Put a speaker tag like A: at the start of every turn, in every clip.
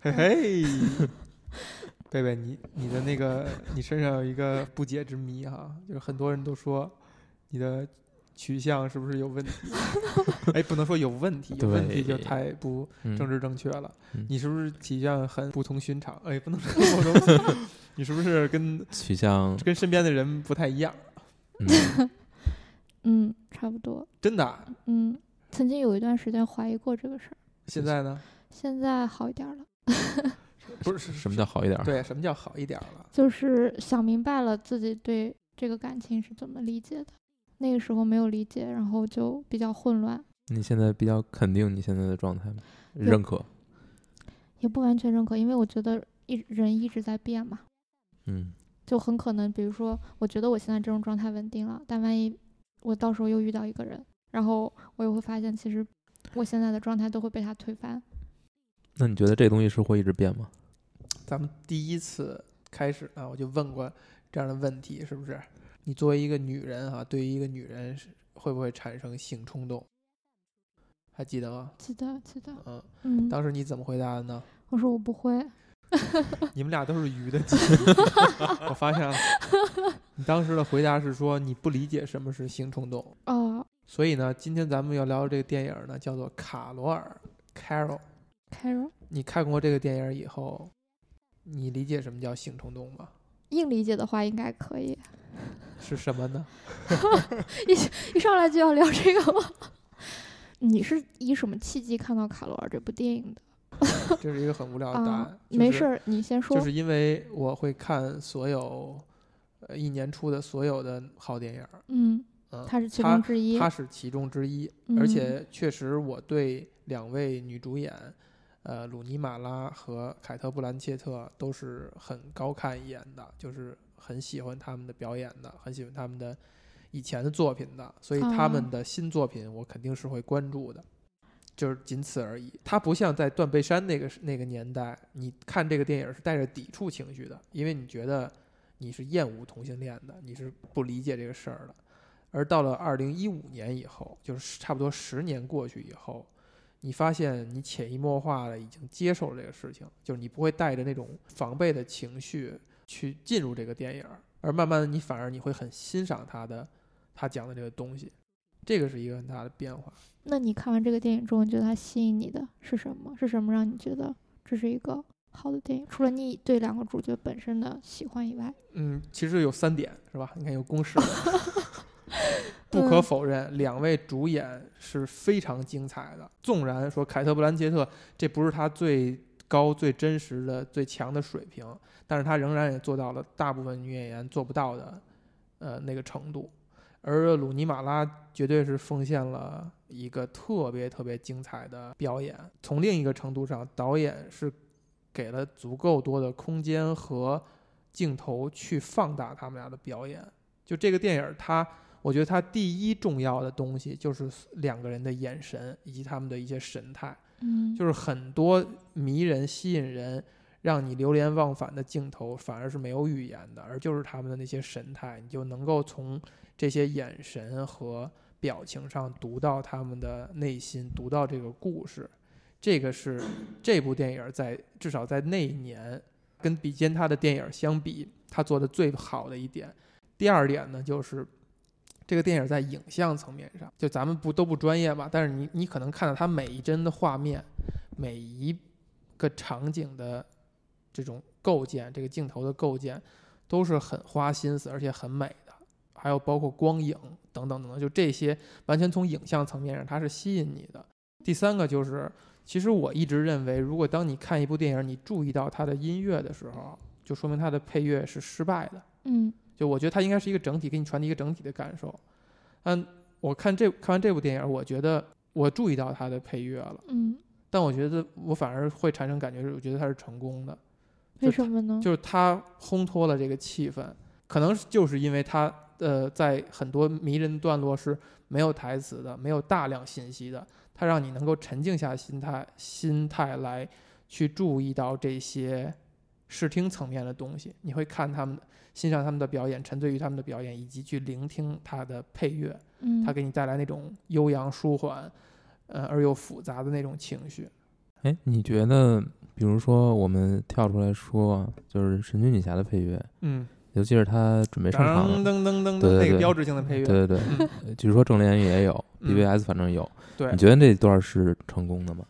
A: 嘿嘿，
B: 嗯
A: 贝贝，你你的那个你身上有一个不解之谜哈、就是很多人都说你的取向是不是有问题？ 哎，不能说有问题，有问题就
B: 对
A: 太不
B: 嗯
A: 政治正确了。
B: 嗯
A: 你是不是取向很不同寻常？哎，不能说不同寻常，你是不是跟
B: 取向，
A: 跟身边的人不太一样？
B: 嗯，
C: 嗯，差不多。
A: 真的啊？
C: 嗯，曾经有一段时间怀疑过这个事儿，
A: 现在呢？
C: 现在好一点儿了，
A: 不是
B: 什么叫好一点儿？
A: 对，什么叫好一点儿了？
C: 就是想明白了自己对这个感情是怎么理解的。那个时候没有理解，然后就比较混乱，
B: 你现在比较肯定你现在的状态吗？认可，
C: 也不完全认可，因为我觉得一人一直在变嘛，
B: 嗯，
C: 就很可能，比如说，我觉得我现在这种状态稳定了，但万一我到时候又遇到一个人，然后我又会发现，其实我现在的状态都会被他推翻。
B: 那你觉得这东西是会一直变吗？
A: 咱们第一次开始呢，我就问过这样的问题，是不是？你作为一个女人哈、对于一个女人是会不会产生性冲动？还记得吗？
C: 记得，记得，
A: 嗯，
C: 嗯，
A: 当时你怎么回答的呢？
C: 我说我不会，
A: 你们俩都是鱼的记忆，我发现了。你当时的回答是说你不理解什么是性冲动，
C: 哦、
A: 所以呢，今天咱们要聊的这个电影呢，叫做《卡罗尔》（Carol）。
C: c a r o l
A: 你看过这个电影以后，你理解什么叫性冲动吗？
C: 硬理解的话应该可以，
A: 是什么呢？
C: 一上来就要聊这个吗？ 你是以什么契机看到《卡罗尔》这部电影的？
A: 这是一个很无聊的答案。
C: 啊，
A: 就是
C: 没事，儿，你先说。
A: 就是因为我会看所有，呃，一年出的所有的好电影儿，
C: 嗯，
A: 嗯，
C: 它是其
A: 它
C: 中之一，
A: 它是其中之一。
C: 嗯
A: 而且确实，我对两位女主演，呃，鲁尼马拉和凯特·布兰切特都是很高看一眼的，就是很喜欢他们的表演的，很喜欢他们的以前的作品的，所以他们
C: 啊
A: 的新作品我肯定是会关注的。就是仅此而已。它不像在《断背山》那个时那个年代，你看这个电影是带着抵触情绪的，因为你觉得你是厌恶同性恋的，你是不理解这个事儿的。而到了二零一五年以后，就是差不多十年过去以后，你发现你潜移默化的已经接受了这个事情，就是你不会带着那种防备的情绪去进入这个电影儿，而慢慢的你反而你会很欣赏他的他讲的这个东西，这个是一个很大的变化。
C: 那你看完这个电影之后，你觉得它吸引你的是什么？是什么让你觉得这是一个好的电影？除了你对两个主角本身的喜欢以外，
A: 嗯，其实有三点是吧？你看有公式了。不可否认，两位主演是非常精彩的。纵然说凯特·布兰切特这不是她最高、最真实的、最强的水平，但是她仍然也做到了大部分女演员做不到的，呃，那个程度。而鲁尼·马拉绝对是奉献了一个特别特别精彩的表演。从另一个程度上，导演是给了足够多的空间和镜头去放大他们俩的表演。就这个电影儿，它我觉得它第一重要的东西就是两个人的眼神以及他们的一些神态，
C: 嗯，
A: 就是很多迷人、吸引人、让你流连忘返的镜头，反而是没有语言的，而就是他们的那些神态，你就能够从这些眼神和表情上读到他们的内心，读到这个故事。这个是这部电影在至少在那一年跟比肩他的电影相比，他做的最好的一点。第二点呢，就是这个电影在影像层面上，就咱们不都不专业嘛，但是你你可能看到它每一帧的画面，每一个场景的这种构建，这个镜头的构建都是很花心思，而且很美的。还有包括光影等等等等，就这些完全从影像层面上它是吸引你的。第三个就是，其实我一直认为，如果当你看一部电影，你注意到它的音乐的时候，就说明它的配乐是失败的。
C: 嗯
A: 就我觉得它应该是一个整体，给你传递一个整体的感受。嗯，我看这看完这部电影，我觉得我注意到它的配乐了，
C: 嗯，
A: 但我觉得我反而会产生感觉是，我觉得它是成功的，
C: 为
A: 就
C: 什么呢？
A: 就是它烘托了这个气氛，可能就是因为它呃在很多迷人段落是没有台词的，没有大量信息的，它让你能够沉静下心态心态来去注意到这些视听层面的东西，你会看他们欣赏他们的表演，沉醉于他们的表演，以及去聆听他的配乐。
C: 嗯
A: 它给你带来那种悠扬舒缓，呃而又复杂的那种情绪。
B: 哎，你觉得，比如说我们跳出来说啊，就是《神奇女侠》的配乐，
A: 嗯，
B: 尤其是她准备上
A: 噔
B: 场了，
A: 噔噔噔噔，
B: 对对
A: 那个
B: 对
A: 标志性的配乐，
B: 对对对，
A: 嗯
B: 呃据说正联也有
A: 嗯
B: ，BVS 反正有。
A: 对
B: 你觉得这段是成功的吗？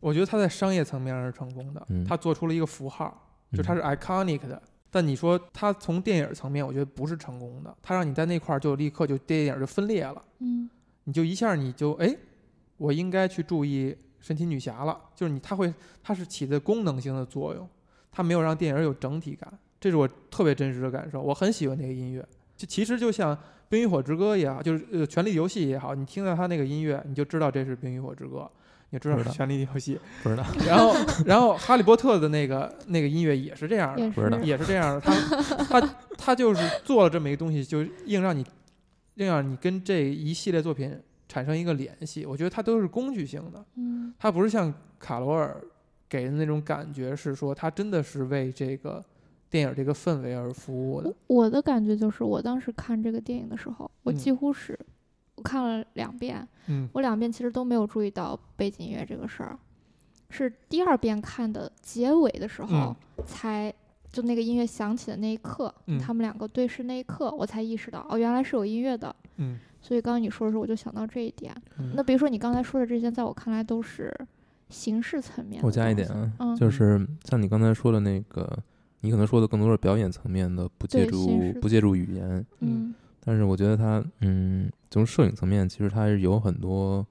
A: 我觉得他在商业层面上是成功的，
B: 嗯
A: 他做出了一个符号，就
B: 嗯
A: 它是 iconic 的。但你说他从电影层面，我觉得不是成功的，他让你在那块儿就立刻就电影就分裂了，
C: 嗯
A: 你就一下你就哎，我应该去注意神奇女侠了，就是你他会它是起的功能性的作用，它没有让电影有整体感，这是我特别真实的感受，我很喜欢那个音乐，就其实就像《冰与火之歌》也好，就是呃《权力游戏》也好，你听到它那个音乐，你就知道这是《冰与火之歌》，你就知道
B: 不
A: 是
B: 知
A: 《
B: 道
A: 权力游戏》，
B: 不知 道，
A: 然后，然后《哈利波特》的那个那个音乐也是这样
C: 也
A: 的，
B: 不知道
C: 是
A: 也是这样的。他他他就是做了这么一个东西，就硬让你硬让你跟这一系列作品产生一个联系。我觉得它都是工具性的，
C: 嗯
A: 它不是像卡罗尔给人那种感觉，是说他真的是为这个电影这个氛围而服务的
C: 我。我的感觉就是，我当时看这个电影的时候，我
A: 嗯
C: 几乎是、我看了两遍，
A: 嗯
C: 我两遍其实都没有注意到背景音乐这个事儿，是第二遍看的结尾的时候、才。就那个音乐响起的那一刻，
A: 嗯
C: 他们两个对视那一刻，我才意识到哦，原来是有音乐的。
A: 嗯
C: 所以刚刚你说的时候，我就想到这一点。
A: 嗯
C: 那比如说你刚才说的这些，在我看来都是形式层面。
B: 我加一点，啊，
C: 嗯
B: 就是像你刚才说的那个，你可能说的更多是表演层面的，不借
C: 对现实
B: 助不借助语言，
C: 嗯
B: 但是我觉得它，嗯，从摄影层面，其实它是有很多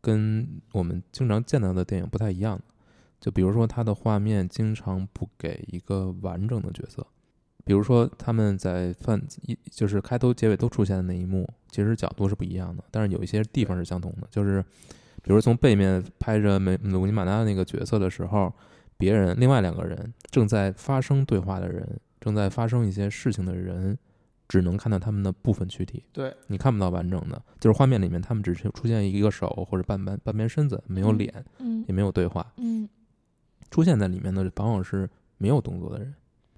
B: 跟我们经常见到的电影不太一样的。就比如说，它的画面经常不给一个完整的角色，比如说他们在饭一就是开头结尾都出现的那一幕，其实角度是不一样的，但是有一些地方是相同的，就是比如从背面拍着美鲁尼马纳那个角色的时候，别人另外两个人正在发生对话的人，正在发生一些事情的人，只能看到他们的部分躯体，
A: 对，
B: 你看不到完整的，就是画面里面他们只是出现一个手或者半半半边身子，没有
C: 嗯
B: 脸，
C: 嗯
B: 也没有对话，
C: 嗯
B: 出现在里面的往往是没有动作的人。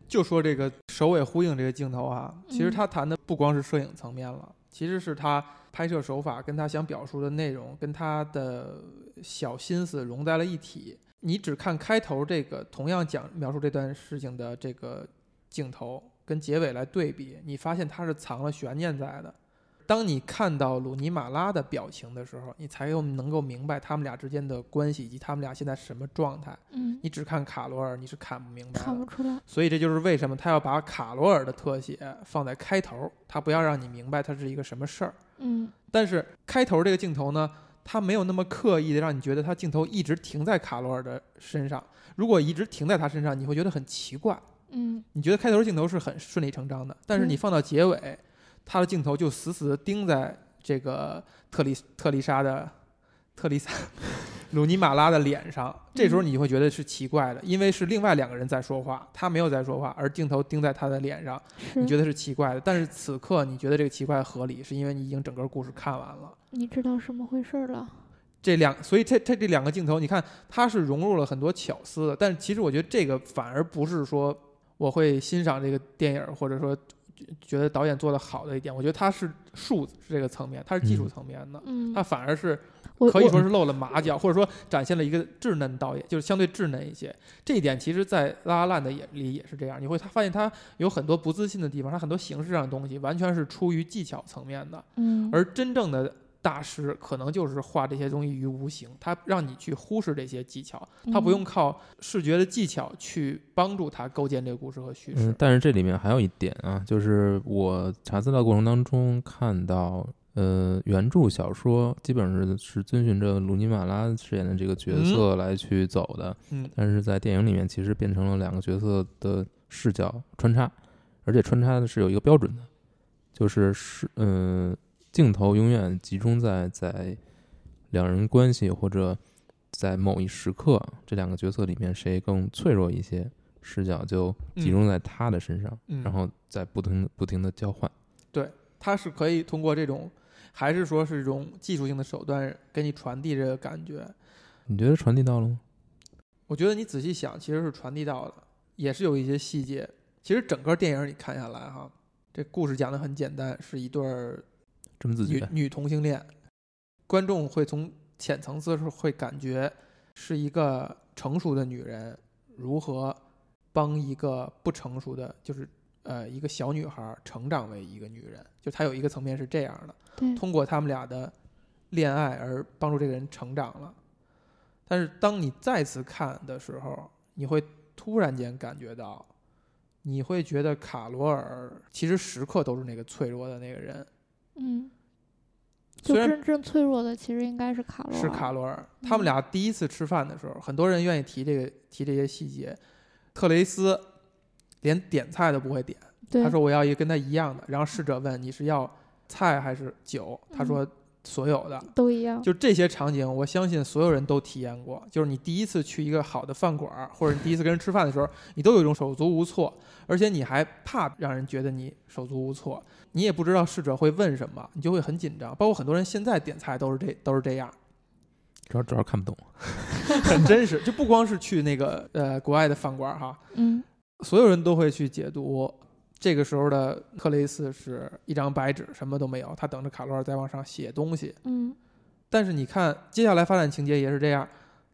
A: 就说这个首尾呼应这个镜头啊，其实
C: 嗯
A: 他谈的不光是摄影层面了，其实是他拍摄手法跟他想表述的内容跟他的小心思融在了一起。你只看开头这个同样讲描述这段事情的这个镜头跟结尾来对比，你发现它是藏了悬念在的。当你看到鲁尼马拉的表情的时候，你才有能够明白他们俩之间的关系以及他们俩现在什么状态。
C: 嗯，
A: 你只看卡罗尔，你是看不明白的。
C: 看不出来。
A: 所以这就是为什么他要把卡罗尔的特写放在开头，他不要让你明白它是一个什么事儿。
C: 嗯
A: 但是开头这个镜头呢，它没有那么刻意的让你觉得它镜头一直停在卡罗尔的身上。如果一直停在他身上，你会觉得很奇怪。
C: 嗯
A: 你觉得开头镜头是很顺理成章的，但是你放到结尾，他的镜头就死死地盯在这个特丽特丽莎的特丽莎 鲁尼马拉的脸上。这时候你会觉得是奇怪的，因为是另外两个人在说话，他没有在说话，而镜头盯在他的脸上，
C: 是。
A: 你觉得是奇怪的。但是此刻你觉得这个奇怪合理，是因为你已经整个故事看完了。
C: 你知道什么回事儿了？
A: 这两，所以这这这两个镜头，你看它是融入了很多巧思的，但是其实我觉得这个反而不是说我会欣赏这个电影，或者说觉觉得导演做的好的一点，我觉得它是术这个层面，它是技术层面的，
C: 嗯
A: 它，反而是
C: 我
A: 啊可以
C: 我
A: 说是露了马脚，或者说展现了一个稚嫩导演，就是相对稚嫩一些。这一点其实，在拉拉烂的眼里也是这样，你会他发现他有很多不自信的地方，他很多形式上的东西完全是出于技巧层面的。
C: 嗯，
A: 而真正的大师可能就是画这些东西于无形，他让你去忽视这些技巧，他不
C: 嗯
A: 用靠视觉的技巧去帮助他构建这个故事和叙
B: 嗯
A: 事，。
B: 但是这里面还有一点啊，就是我查资料过程当中看到，呃，原著小说基本上是是遵循着鲁尼马拉饰演的这个角色来去走的，
A: 嗯
B: 但是在电影里面其实变成了两个角色的视角穿插，而且穿插的是有一个标准的，就是是嗯、呃镜头永远集中在在两人关系或者在某一时刻这两个角色里面谁更脆弱一些，视角就集中在他的身上，
A: 嗯，
B: 然后在不停不停的交换。
A: 他是可以通过这种，还是说是一种技术性的手段给你传递这个感觉。
B: 你觉得传递到了吗？
A: 我觉得你仔细想，其实是传递到的，也是有一些细节。其实整个电影你看下来哈，这故事讲的很简单，是一对儿
B: 这么自
A: 女
B: 觉？
A: 女同性恋，观众会从浅层次是会感觉是一个成熟的女人如何帮一个不成熟的，就是呃一个小女孩儿成长为一个女人，就她有一个层面是这样的，
C: 对，
A: 通过他们俩的恋爱而帮助这个人成长了。但是当你再次看的时候，你会突然间感觉到，你会觉得卡罗尔其实时刻都是那个脆弱的那个人，
C: 嗯，就
A: 虽然
C: 真正脆弱的其实应该是卡罗尔，
A: 是卡罗尔。他们俩第一次吃饭的时候，很多人愿意提这个提这些细节。特雷斯连点菜都不会点，
C: 对，
A: 他说我要一个跟他一样的。然后侍者问你是要菜还是酒，他说所有的。
C: 都一样，
A: 就这些场景，我相信所有人都体验过。就是你第一次去一个好的饭馆儿，或者你第一次跟人吃饭的时候，你都有一种手足无措，而且你还怕让人觉得你手足无措，你也不知道侍者会问什么，你就会很紧张。包括很多人现在点菜都是这都是这样，
B: 主要主要 看不懂。
A: 很真实。就不光是去那个呃国外的饭馆儿哈，
C: 嗯，
A: 所有人都会去解读。这个时候的克雷斯是一张白纸，什么都没有，他等着卡罗尔再往上写东西。
C: 嗯，
A: 但是你看，接下来发展情节也是这样，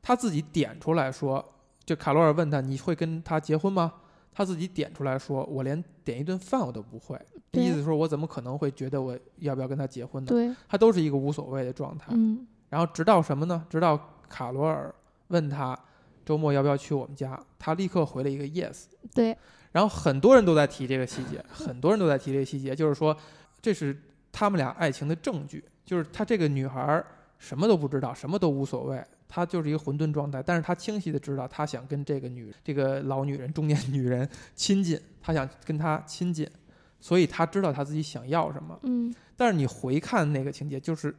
A: 他自己点出来说，就卡罗尔问他你会跟他结婚吗？他自己点出来说，我连点一顿饭我都不会，
C: 对
A: 意思说我怎么可能会觉得我要不要跟他结婚呢？
C: 对，
A: 他都是一个无所谓的状态。
C: 嗯，
A: 然后直到什么呢？直到卡罗尔问他周末要不要去我们家，他立刻回了一个 yes。
C: 对，
A: 然后很多人都在提这个细节，很多人都在提这个细节，就是说这是他们俩爱情的证据，就是她这个女孩儿什么都不知道，什么都无所谓，她就是一个混沌状态，但是她清晰的知道，她想跟这个女这个老女人、中年女人亲近，她想跟她亲近，所以她知道她自己想要什么。
C: 嗯，
A: 但是你回看那个情节，就是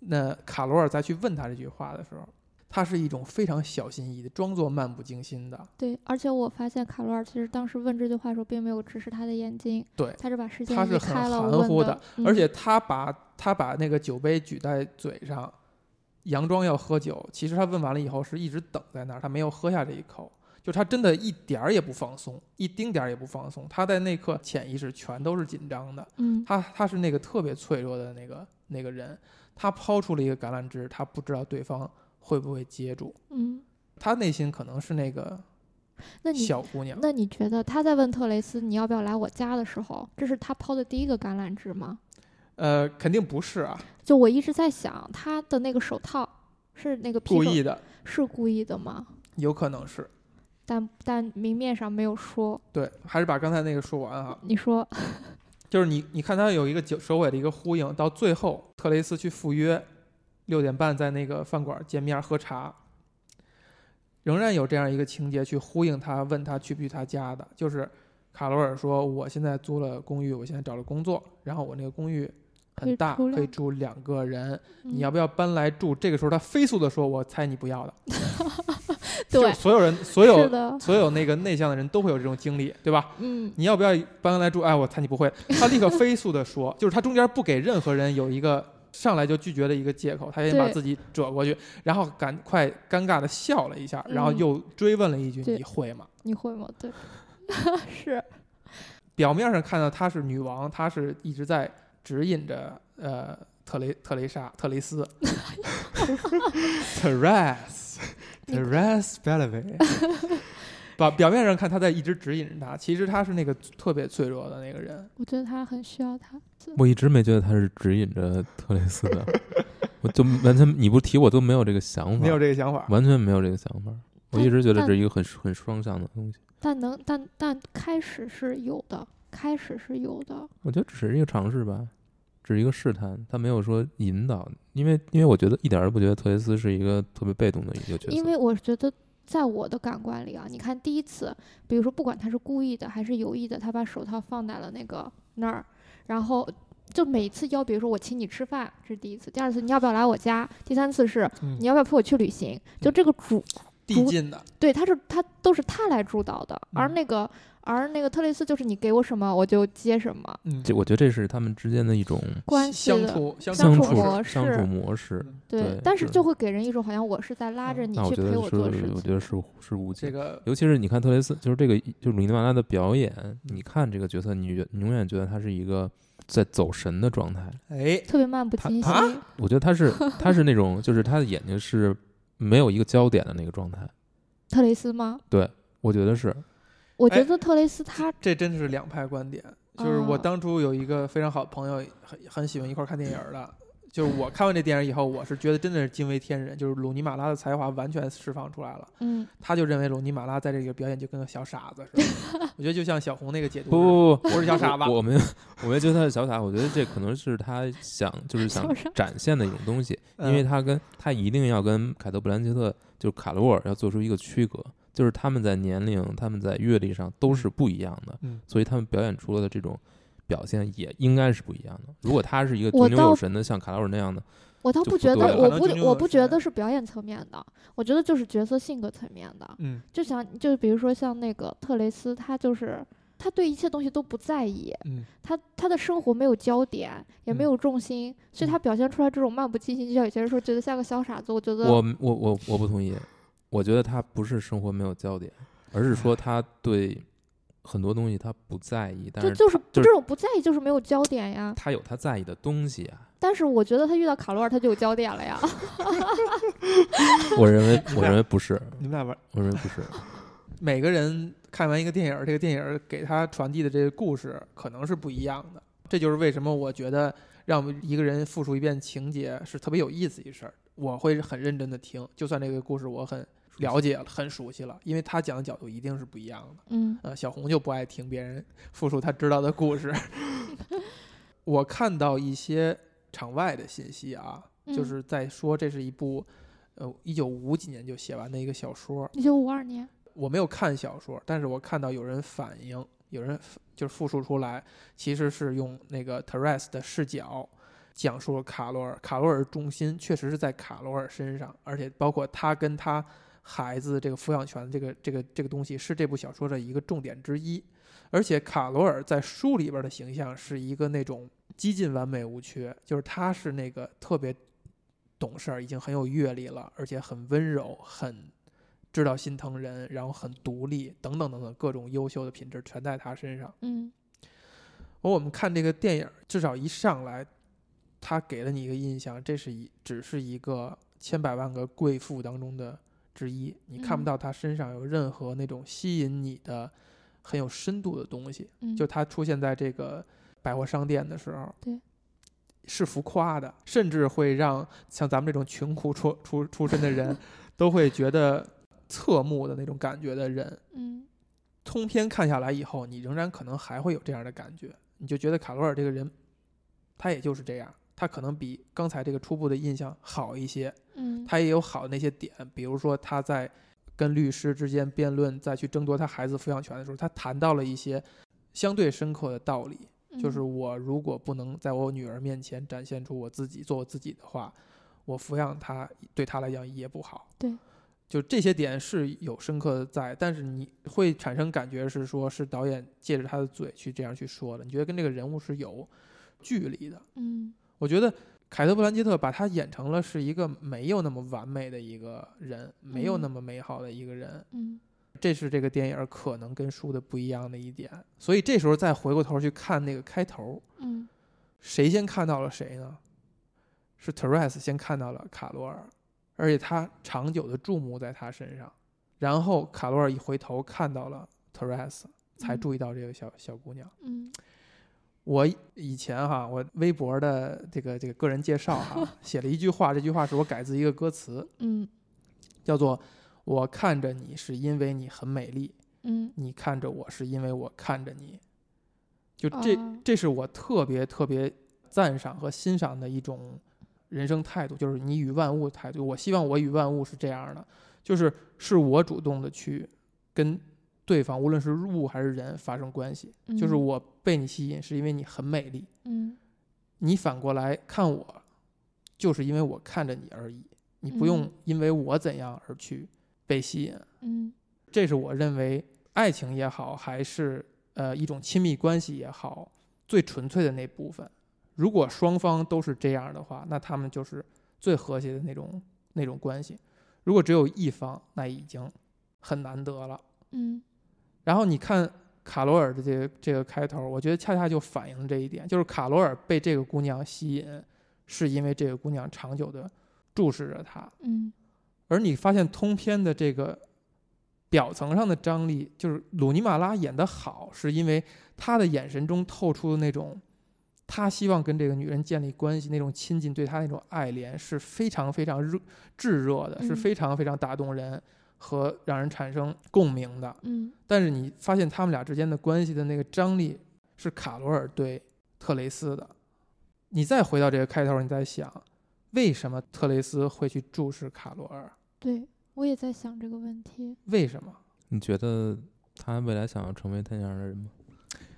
A: 那卡罗尔再去问他这句话的时候，他是一种非常小心翼翼的，装作漫不经心的。
C: 对，而且我发现卡罗尔其实当时问这句话的时候，并没有直视他的眼睛，
A: 对
C: 他是把视线
A: 他
C: 移
A: 是很
C: 开了
A: 含
C: 问
A: 糊
C: 的
A: 的，
C: 嗯
A: 而且他把他把那个酒杯举在嘴上，佯装要喝酒。其实他问完了以后，是一直等在那儿，他没有喝下这一口。就他真的一点儿也不放松，一丁点儿也不放松。他在那刻潜意识全都是紧张的。
C: 嗯，
A: 他他是那个特别脆弱的那个那个人，他抛出了一个橄榄枝，他不知道对方会不会接住。
C: 嗯，
A: 他内心可能是那个
C: 那你
A: 小姑娘，
C: 那你觉得他在问特雷斯你要不要来我家的时候，这是他抛的第一个橄榄枝吗？
A: 呃，肯定不是啊，
C: 就我一直在想，他的那个手套是那个皮
A: 故
C: 手
A: 意的，
C: 是故意的吗？
A: 有可能是
C: 但但明面上没有说。
A: 对，还是把刚才那个说完啊，
C: 你说，
A: 就是你你看他有一个结首尾的一个呼应，到最后特雷斯去赴约，六点半在那个饭馆见面喝茶，仍然有这样一个情节去呼应他，问他去不去他家的，就是卡罗尔说我现在租了公寓，我现在找了工作，然后我那个公寓很大，
C: 可以住两
A: 可以住两个人，
C: 嗯
A: 你要不要搬来住？这个时候他飞速的说，我猜你不要的，就
C: 对
A: 是，所有人所有
C: 是的，
A: 所有那个内向的人都会有这种经历，对吧？
C: 嗯，
A: 你要不要搬来住？哎，我猜你不 会。他立刻飞速的说，就是他中间不给任何人有一个上来就拒绝的一个借口，他先
C: 对
A: 把自己折过去，然后赶快尴尬的笑了一下，
C: 嗯
A: 然后又追问了一句：“
C: 对
A: 你会吗
C: 你会吗？对， 是，？”
A: 表面上看到她是女王，她是一直在指引着呃特雷特雷莎特雷 斯，Teresa
C: 你
A: Teresa Bellamy。把 表面上看她在一直指引着他，其实她是那个特别脆弱的那个人。
C: 我觉得他很需要他。
B: 我一直没觉得他是指引着特雷斯的， 我就完全你不提我都没有这个想
A: 你
B: 法
A: 有，这个想法？
B: 完全没有这个想法。我一直觉得
C: 但
B: 这是一个很很双向的东西。
C: 但能，但但开始是有的，开始是有的。
B: 我觉得只是一个尝试吧，只是一个试探，他没有说引导，因为因为我觉得一点儿都不觉得特雷斯是一个特别被动的一个角色。
C: 因为我觉得，在我的感官里啊，你看第一次，比如说不管他是故意的还是有意的，他把手套放在了那个那儿，然后就每次邀，比如说我请你吃饭，这是第一次；第二次你要不要来我家；第三次是
A: 嗯
C: 你要不要陪我去旅行。就这个主，
A: 递进的，
C: 对，他是他都是他来主导的，而
A: 嗯
C: 那个而那个特雷斯就是你给我什么我就接什么
A: 嗯
B: 这我觉得这是他们之间的一种
C: 关系
A: 相
C: 的。
A: 处相
C: 相
A: 处
B: 处
C: 处模
A: 式，
C: 式
B: 相处模式。对
C: 但是
B: 是
C: 就会给人一种好像我是在拉着
A: 嗯
C: 你
B: 那我
C: 去
B: 觉
C: 陪
B: 得
C: 我
B: 是，
C: 做事
B: 我觉
C: 情。
B: 得是是无解
A: 这。个
B: 尤其是你看特雷斯，就是这个，就是鲁尼瓦拉的表演，你看这个角色，你觉你永远觉得他是一个在走神的状态。
A: 哎，
B: 啊
C: 特别漫不经心，
A: 他
B: 我觉得他是他是那种，就是他的眼睛是没有一个焦点的那个状态，
C: 特雷斯吗？
B: 我觉得是，
C: 我觉
A: 哎
C: 得特雷斯他
A: 这真的是两派观点。就是我
C: 哦
A: 当初有一个非常好的朋友，很很喜欢一块儿看电影儿的。就是我看完这电影以后，我是觉得真的是惊为天人，就是鲁尼马拉的才华完全释放出来了。
C: 嗯，
A: 他就认为鲁尼马拉在这里表演就跟个小傻子似的。 我觉得就像小红那个解读，
B: 不不不，
A: 我是小傻吧
B: 我我没有，我没觉得他是小傻，我觉得这可能是他想就是想
C: 小傻
B: 展现的一种东西，
A: 嗯
B: 因为他跟他一定要跟凯特·布兰切特就是卡罗尔要做出一个区隔，就是他们在年龄、他们在阅历上都是不一样的，
A: 嗯
B: 所以他们表演出来的这种表现也应该是不一样的。如果他是一个
C: 我
B: 九牛
C: 倒
B: 有神的，像卡罗尔那样的，
C: 我倒
B: 就
C: 不觉
B: 不
C: 得，
B: 对
A: 反
C: 我
A: 正就
C: 不
A: 那
C: 我
A: 个
C: 不
A: 时
C: 觉
A: 代
C: 得是表演层面的，我觉得就是角色性格层面的。
A: 嗯
C: 就像就是比如说像那个特雷斯，他就是他对一切东西都不在意，
A: 嗯，
C: 他他的生活没有焦点，也没
A: 嗯
C: 有重心，所以他表现出来这种漫不经心，就像有些人说觉得像个小傻子，我觉得
B: 我我我我不同意，我觉得他不是生活没有焦点，而是说他对很多东西他不在意，但
C: 就是就是
B: 就
C: 这
B: 是
C: 种不在意就是没有焦点呀。
B: 他有他在意的东西啊。
C: 但是我觉得他遇到卡罗尔他就有焦 点了呀。
B: 我认为，我认为不是，
A: 你们俩玩，
B: 我认为不 是。
A: 每个人看完一个电影儿，这个电影儿给他传递的这个故事可能是不一样的。这就是为什么我觉得让一个人复述一遍情节是特别有意思一事儿。我会很认真的听，就算这个故事我很了解了、很熟悉了，因为他讲的角度一定是不一样的。
C: 嗯
A: 呃，小红就不爱听别人复述他知道的故事。 我看到一些场外的信息啊，就
C: 嗯
A: 是在说这是一部，呃，一九五几年就写完的一个小说，
C: 一九五二年，
A: 我没有看小说，但是我看到有人反映，有人就是复述出来，其实是用那个 Teres 的视角讲述了卡罗尔。卡罗尔重心确实是在卡罗尔身上，而且包括他跟他孩子这个抚养权这个这个这个东西是这部小说的一个重点之一。而且卡罗尔在书里边的形象是一个那种几近完美无缺，就是他是那个特别懂事儿，已经很有阅历了，而且很温柔，很知道心疼人，然后很独立，等等等等，各种优秀的品质全在他身上。
C: 嗯
A: 而我们看这个电影，至少一上来，他给了你一个印象，这是一只是一个千百万个贵妇当中的之一，你看不
C: 嗯
A: 到他身上有任何那种吸引你的很有深度的东西。
C: 嗯，
A: 就他出现在这个百货商店的时候，
C: 对，
A: 是浮夸的，甚至会让像咱们这种穷苦出出出身的 人，都会觉得侧目的那种感觉的人。
C: 嗯
A: 通篇看下来以后，你仍然可能还会有这样的感觉，你就觉得卡罗尔这个人，他也就是这样，他可能比刚才这个初步的印象好一些，
C: 嗯
A: 他也有好的那些点，比如说他在跟律师之间辩论，再去争夺他孩子抚养权的时候，他谈到了一些相对深刻的道理，就是
C: 嗯
A: 我如果不能在我女儿面前展现出我自己，做我自己的话，我抚养她对她来讲也不好。
C: 对，
A: 就这些点是有深刻的在，但是你会产生感觉是说，是导演借着他的嘴去这样去说的，你觉得跟这个人物是有距离的。
C: 嗯
A: 我觉得凯特·布兰切特把他演成了是一个没有那么完美的一个人，没有那么美好的一个人。
C: 嗯
A: 这是这个电影可能跟书的不一样的一点。所以这时候再回过头去看那个开头，
C: 嗯
A: 谁先看到了谁呢？是 Teres 先看到了卡罗尔，而且他长久的注目在他身上。然后卡罗尔一回头看到了 Teres，才
C: 嗯
A: 注意到这个小小姑娘。
C: 嗯
A: 我以前哈，我微博的这个这个个人介绍 哈，写了一句话，这句话是我改自一个歌词，
C: 嗯
A: 叫做“我看着你是因为你很美丽，
C: 嗯，
A: 你看着我是因为我看着你”，就这
C: 哦
A: 这是我特别特别赞赏和欣赏的一种人生态度，就是你与万物态度。我希望我与万物是这样的，就是是我主动的去跟对方，无论是物还是人发生关系，就是
C: 嗯
A: 我被你吸引是因为你很美丽，
C: 嗯
A: 你反过来看我，就是因为我看着你而已，你不用
C: 嗯
A: 因为我怎样而去被吸引。
C: 嗯
A: 这是我认为爱情也好，还是呃一种亲密关系也好，最纯粹的那部分。如果双方都是这样的话，那他们就是最和谐的那种那种关系。如果只有一方，那已经很难得了。
C: 嗯
A: 然后你看卡罗尔的这个这个开头，我觉得恰恰就反映了这一点，就是卡罗尔被这个姑娘吸引，是因为这个姑娘长久的注视着他，
C: 嗯
A: 而你发现通篇的这个表层上的张力，就是鲁尼马拉演得好，是因为他的眼神中透出的那种他希望跟这个女人建立关系那种亲近，对他那种爱怜是非常非常热炙热的，
C: 嗯
A: 是非常非常打动人和让人产生共鸣的。
C: 嗯
A: 但是你发现他们俩之间的关系的那个张力是卡罗尔对特雷斯的。你再回到这个开头，你在想，为什么特雷斯会去注视卡罗尔？
C: 对我也在想这个问题。
A: 为什么？
B: 你觉得他未来想要成为那样的人吗？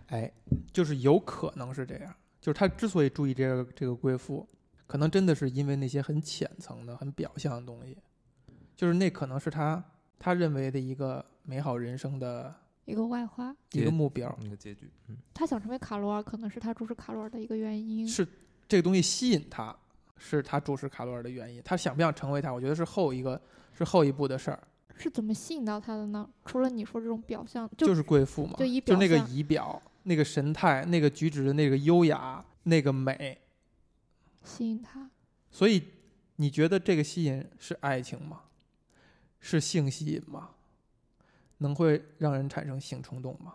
A: 哎，就是有可能是这样。就是他之所以注意这个这个贵妇，可能真的是因为那些很浅层的、很表象的东西，就是那可能是他他认为的一个美好人生的
C: 一个外化，
A: 一
B: 也
A: 个目标。
B: 那个结局，嗯，
C: 他想成为卡罗尔，可能是他注视卡罗尔的一个原因。
A: 是这个东西吸引他，是他注视卡罗尔的原因。他想不想成为他，我觉得是后一个是后一步的事儿，
C: 是怎么吸引到他的呢？除了你说这种表象，就
A: 就是贵妇嘛，
C: 就仪
A: 就
C: 表
A: 那个
C: 象
A: 仪表、那个神态、那个举止、那个优雅、那个美。
C: 吸引他。
A: 所以你觉得这个吸引是爱情吗？是性吸引吗？能会让人产生性冲动吗？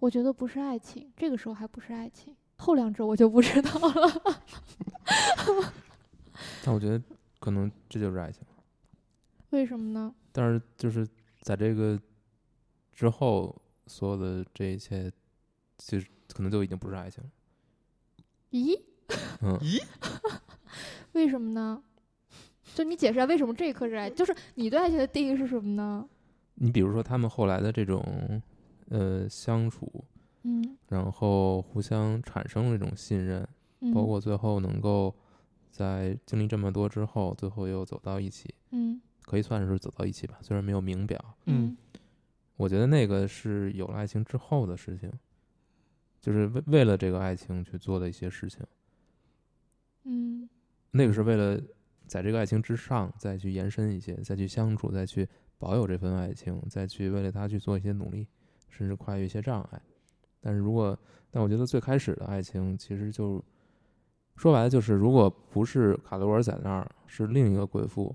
C: 我觉得不是爱情，这个时候还不是爱情，后两者我就不知道了。
B: 但我觉得可能这就是爱情。
C: 为什么呢？
B: 但是就是在这个之后，所有的这一切，其实可能就已经不是爱情了。
C: 咦，
B: 嗯，
C: 为什么呢？就你解释一下为什么这一刻是爱，就是你对爱情的定义是什么呢？
B: 你比如说他们后来的这种呃相处，
C: 嗯，
B: 然后互相产生了这种信任，
C: 嗯
B: 包括最后能够在经历这么多之后，最后又走到一起，
C: 嗯
B: 可以算是走到一起吧。虽然没有明表，
A: 嗯
B: 我觉得那个是有了爱情之后的事情，就是为为了这个爱情去做的一些事情。
C: 嗯
B: 那个是为了在这个爱情之上再去延伸一些，再去相处，再去保有这份爱情，再去为了它去做一些努力，甚至跨越一些障碍。但是如果，但我觉得最开始的爱情其实就说白了就是，如果不是卡罗尔在那儿，是另一个贵妇，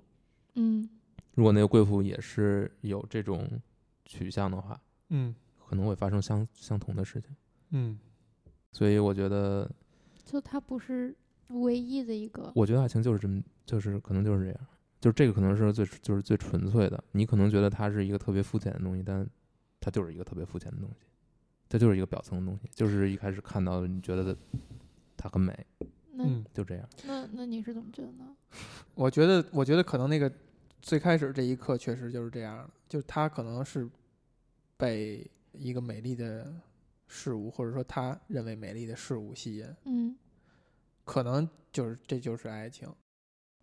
C: 嗯
B: 如果那个贵妇也是有这种取向的话，
A: 嗯
B: 可能会发生相相同的事情。
A: 嗯，
B: 所以我觉得，
C: 就它不是唯一的一个。
B: 我觉得爱情就是这么，就是可能就是这样，就是这个可能是最就是最纯粹的。你可能觉得它是一个特别肤浅的东西，但它就是一个特别肤浅的东西，它就是一个表层的东西，就是一开始看到的你觉得它很美，
C: 那、
A: 嗯
B: 就这样。
C: 那那你是怎么觉得呢？
A: 我觉得，我觉得可能那个最开始这一刻确实就是这样的，就是他可能是被一个美丽的事物，或者说他认为美丽的事物吸引，
C: 嗯
A: 可能就是这就是爱情。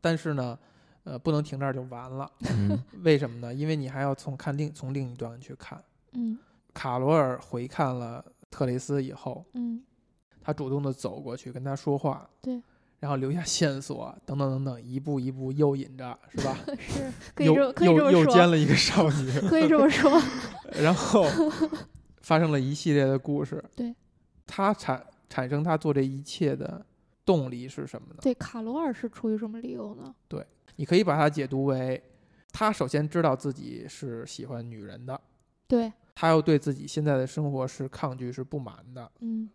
A: 但是呢，呃，不能停这儿就完了。
B: 嗯
A: 为什么呢？因为你还要从看另从另一端去看。
C: 嗯
A: 卡罗尔回看了特雷斯以后，
C: 嗯
A: 他主动的走过去跟他说话，
C: 对，
A: 然后留下线索，等等等等，一步一步诱引着，是吧？
C: 是可以
A: 又
C: 这
A: 又
C: 么可以这么
A: 又奸
C: 说，
A: 了一个少女，
C: 可以这么说。
A: 然后发生了一系列的故事。
C: 对，
A: 他产产生他做这一切的动力是什么呢？
C: 对，卡罗尔是出于什么理由呢？
A: 你可以把它解读为，他首先知道自己是喜欢女人的，
C: 对，
A: 他又对自己现在的生活是抗拒、是不满的，
C: 嗯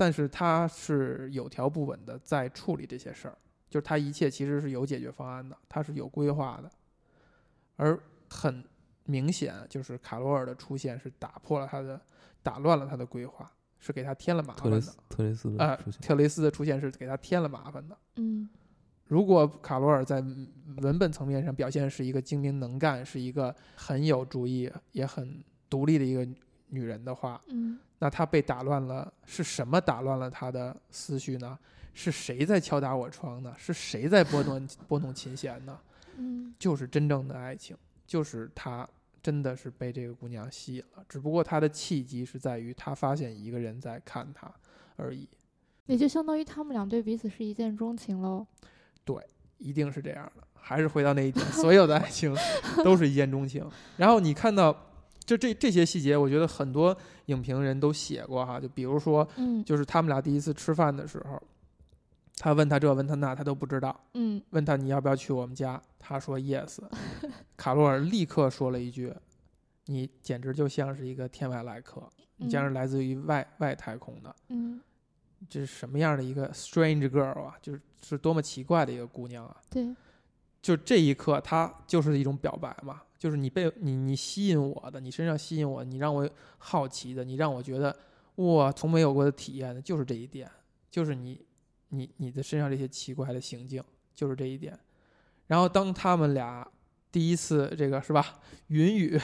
A: 但是他是有条不紊的在处理这些事儿，就是他一切其实是有解决方案的，他是有规划的，而很明显就是卡罗尔的出现是打破了他的，打乱了他的规划，是给他添了麻烦
B: 特雷
A: 的
B: 斯。特雷斯
A: 呃
B: 的出现，
A: 特雷斯的出现是给他添了麻烦的。
C: 嗯
A: 如果卡罗尔在文本层面上表现是一个精明能干，是一个很有主意也很独立的一个女人的话，
C: 嗯
A: 那他被打乱了，是什么打乱了他的思绪呢？是谁在敲打我窗呢？是谁在拨弄拨弄琴弦呢？
C: 嗯
A: 就是真正的爱情，就是他真的是被这个姑娘吸引了，只不过他的契机是在于他发现一个人在看他而已，
C: 也就相当于他们俩对彼此是一见钟情喽。
A: 一定是这样的。还是回到那一点，所有的爱情都是一见钟情。然后你看到，就这这些细节，我觉得很多影评人都写过哈，就比如说
C: 嗯
A: 就是他们俩第一次吃饭的时候，他问他这问他那，他都不知道。
C: 嗯
A: 问他你要不要去我们家，他说 yes，卡罗尔立刻说了一句：“你简直就像是一个天外来客，你将是来自于外外太空的，
C: 嗯，
A: 这是什么样的一个 strange girl 啊？就是是多么奇怪的一个姑娘啊！”
C: 对，
A: 就这一刻，它就是一种表白嘛，就是你被你你吸引我的，你身上吸引我，你让我好奇的，你让我觉得哇，从没有过的体验的，就是这一点，就是你你你的身上这些奇怪的行径，就是这一点。然后当他们俩第一次这个是吧云雨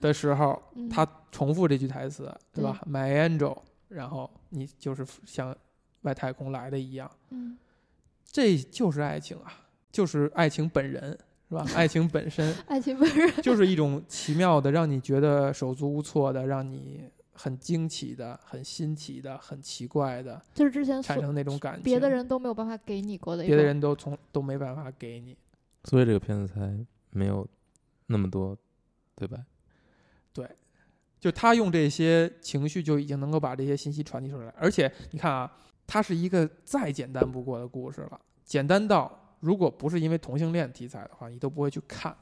A: 的时候，
C: 嗯
A: 他重复这句台词，对吧？My angel，然后你就是像外太空来的一样。
C: 嗯
A: 这就是爱情啊，就是爱情本人，是吧？爱情本身
C: 爱情本人，
A: 就是一种奇妙的，让你觉得手足无措的，让你很惊奇的、很新奇的、很奇怪的，
C: 就是之前
A: 产
C: 所
A: 生那种感情。
C: 别的，人都没有办法给你过的一
A: 别的
C: 种
A: 人都从都没办法给你。
B: 所以这个片子才没有那么多对白。
A: 就他用这些情绪，就已经能够把这些信息传递出来。而且你看啊，它是一个再简单不过的故事了，简单到如果不是因为同性恋题材的话，你都不会去看。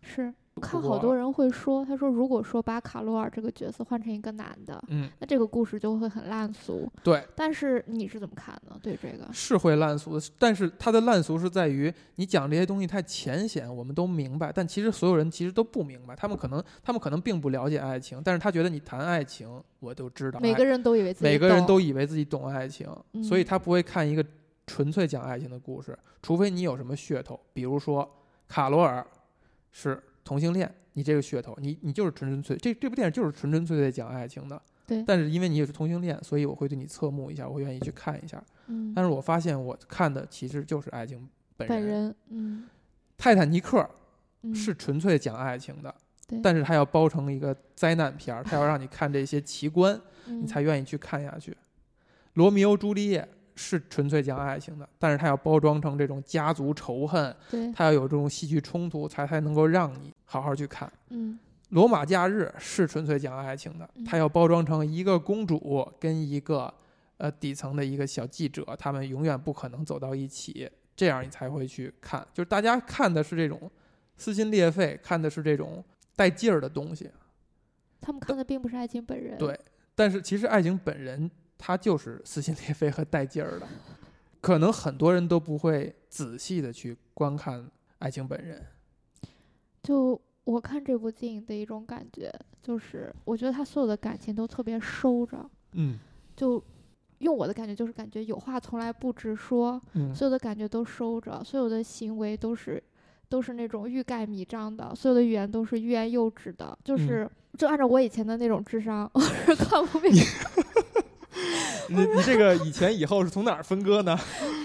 C: 是。看
A: 不
C: 好
A: 过
C: 多人会说，他说如果说把卡洛尔这个角色换成一个男的，
A: 嗯，
C: 那这个故事就会很烂俗。
A: 对，
C: 但是你是怎么看呢？对这个，
A: 是会烂俗的，但是它的烂俗是在于你讲这些东西太浅显，我们都明白，但其实所有人其实都不明白，他们可能他们可能并不了解爱情，但是他觉得你谈爱情，我都知道爱，
C: 每个人都以为自己
A: 啊每个人
C: 懂
A: 都以为自己懂爱情，
C: 嗯
A: 所以他不会看一个纯粹讲爱情的故事，除非你有什么噱头，比如说卡罗尔是同性恋，你这个噱头，你你就是纯纯粹这这部电影就是纯纯粹粹讲爱情的，
C: 对
A: 但是因为你也是同性恋，所以我会对你侧目一下，我会愿意去看一下。
C: 嗯
A: 但是我发现我看的其实就是爱情本人。
C: 本人嗯
A: 泰坦尼克
C: 嗯
A: 是纯粹讲爱情的，
C: 对
A: 但是它要包成一个灾难片儿，它要让你看这些奇 观，
C: 你
A: 你才愿意去看下去。罗密欧朱丽叶是纯粹讲爱情的，但是它要包装成这种家族仇恨，
C: 对
A: 它要有这种戏剧冲突，才才能够让你好好去看。
C: 嗯
A: 罗马假日是纯粹讲爱情的，
C: 嗯
A: 它要包装成一个公主跟一个呃底层的一个小记者，他们永远不可能走到一起，这样你才会去看。就是大家看的是这种撕心裂肺，看的是这种带劲儿的东西，
C: 他们看的并不是爱情本人
A: 对但是其实爱情本人它就是撕心裂肺和带劲儿的，可能很多人都不会仔细的去观看爱情本人。
C: 就我看这部电影的一种感觉就是，我觉得他所有的感情都特别收着，
A: 嗯
C: 就用我的感觉就是感觉有话从来不直说，
A: 嗯，
C: 所有的感觉都收着，所有的行为都是都是那种欲盖弥彰的，所有的语言都是欲言又止的，
A: 嗯
C: 就是、就按照我以前的那种智商， 我是看不明
A: 你你这个以前以后是从哪儿分割呢？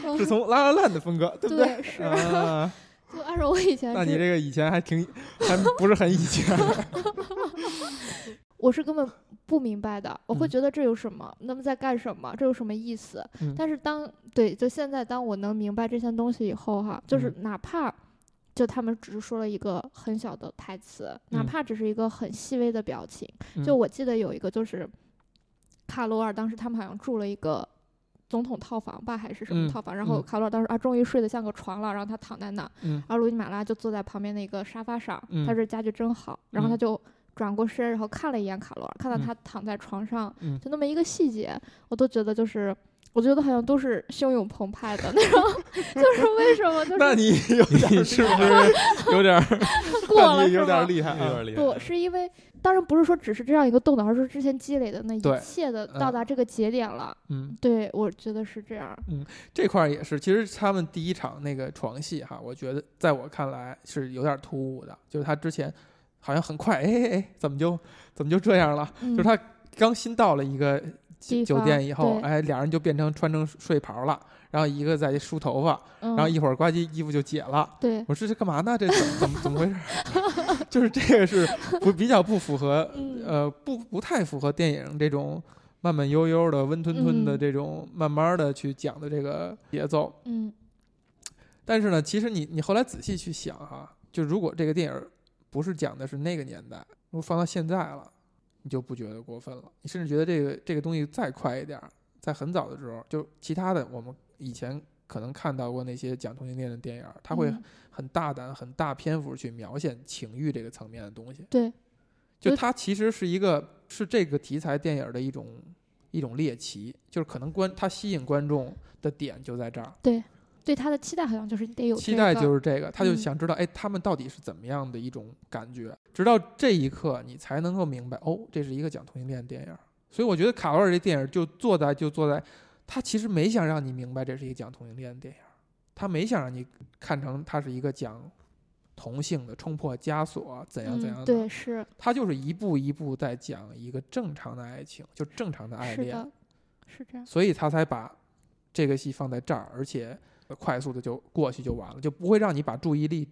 C: 白
A: 是从拉拉烂的分割，对不对？
C: 对是
A: 啊，
C: 就按照我以前
A: 那你
C: 智
A: 这个以前还挺，还不是很以前。
C: 我是根本不明白的，我会
A: 嗯
C: 觉得这有什么？那么在干什么？这有什么意思？
A: 嗯
C: 但是当对，就现在当我能明白这些东西以后哈，
A: 嗯
C: 就是哪怕就他们只是说了一个很小的台词，哪
A: 嗯
C: 怕只是一个很细微的表情，就我记得有一个就是卡罗尔当时他们好像住了一个。总统套房吧，还是什么
A: 嗯
C: 套房？然后
A: 嗯
C: 卡罗尔当时啊，终于睡得像个床了，然后他躺在那儿，
A: 嗯
C: 然后鲁尼马拉就坐在旁边那个沙发上，
A: 嗯
C: 他说家具真好，然后他
A: 嗯
C: 就转过身，然后看了一眼卡罗尔，看到
A: 嗯
C: 他躺在床上，
A: 嗯
C: 就那么一个细节，我都觉得就是。我觉得好像都是汹涌澎湃的那种， 就是为什么就
A: 那
C: 是
A: 你 有点是不是有点儿
C: 过了
A: 那你
C: 是
A: 有点
C: 吗？
A: 厉害啊？
B: 厉
C: 不是因为，当然不是说只是这样一个动作，而是之前积累的那
A: 对
C: 一切的
A: 嗯
C: 到达这个节点了。
A: 嗯，
C: 对，我觉得是这样。
A: 这块儿也是，其实他们第一场那个床戏哈，我觉得在我看来是有点突兀的，就是他之前好像很快，哎哎哎，怎么就怎么就这样了？
C: 就
A: 就是他刚新到了一个
C: 嗯地
A: 酒
C: 方
A: 店以后，
C: 对
A: 哎，俩人就变成穿成睡袍了，然后一个在梳头发，
C: 然
A: 然后一会儿呱唧衣服就解了。
C: 嗯对
A: 我说这干嘛呢？这怎怎么怎么回事儿？ 就是这个是不比较不符合，
C: 嗯
A: 呃，不不太符合电影这种慢慢悠悠的、温吞吞的
C: 嗯
A: 这种慢慢的去讲的这个节奏。
C: 嗯
A: 但是呢，其实你你后来仔细去想哈、就如果这个电影不是讲的是那个年代，如果放到现在了，你就不觉得过分了，你甚至觉得这个这个东西再快一点儿，在很早的时候，就其他的我们以前可能看到过那些讲同性恋的电影儿，他会
C: 嗯
A: 很大胆、很大篇幅去描写情欲这个层面的东西。
C: 对，
A: 就
C: 就
A: 它其实是一个是这个题材电影的一种一种猎奇，就是可能观它吸引观众的点就在这儿，
C: 对他的期待好像就是你得有
A: 期
C: 这
A: 待
C: 个
A: 就是这个，他就
C: 嗯
A: 想知道，哎，他们到底是怎么样的一种感觉？直到这一刻，你才能够明白，哦，这是一个讲同性恋的电影儿。所以我觉得卡罗尔这电影就坐在就坐在，他其实没想让你明白这是一个讲同性恋的电影儿，他没想让你看成它是一个讲同性的冲破枷锁怎样怎样
C: 嗯，
A: 的，
C: 对，是
A: 他就是一步一步在讲一个正常的爱情，就正常的爱
C: 是
A: 恋，
C: 的，是这样。
A: 所以他才把这个戏放在这儿，而且快速的就过去就完了，就不会让你把注意力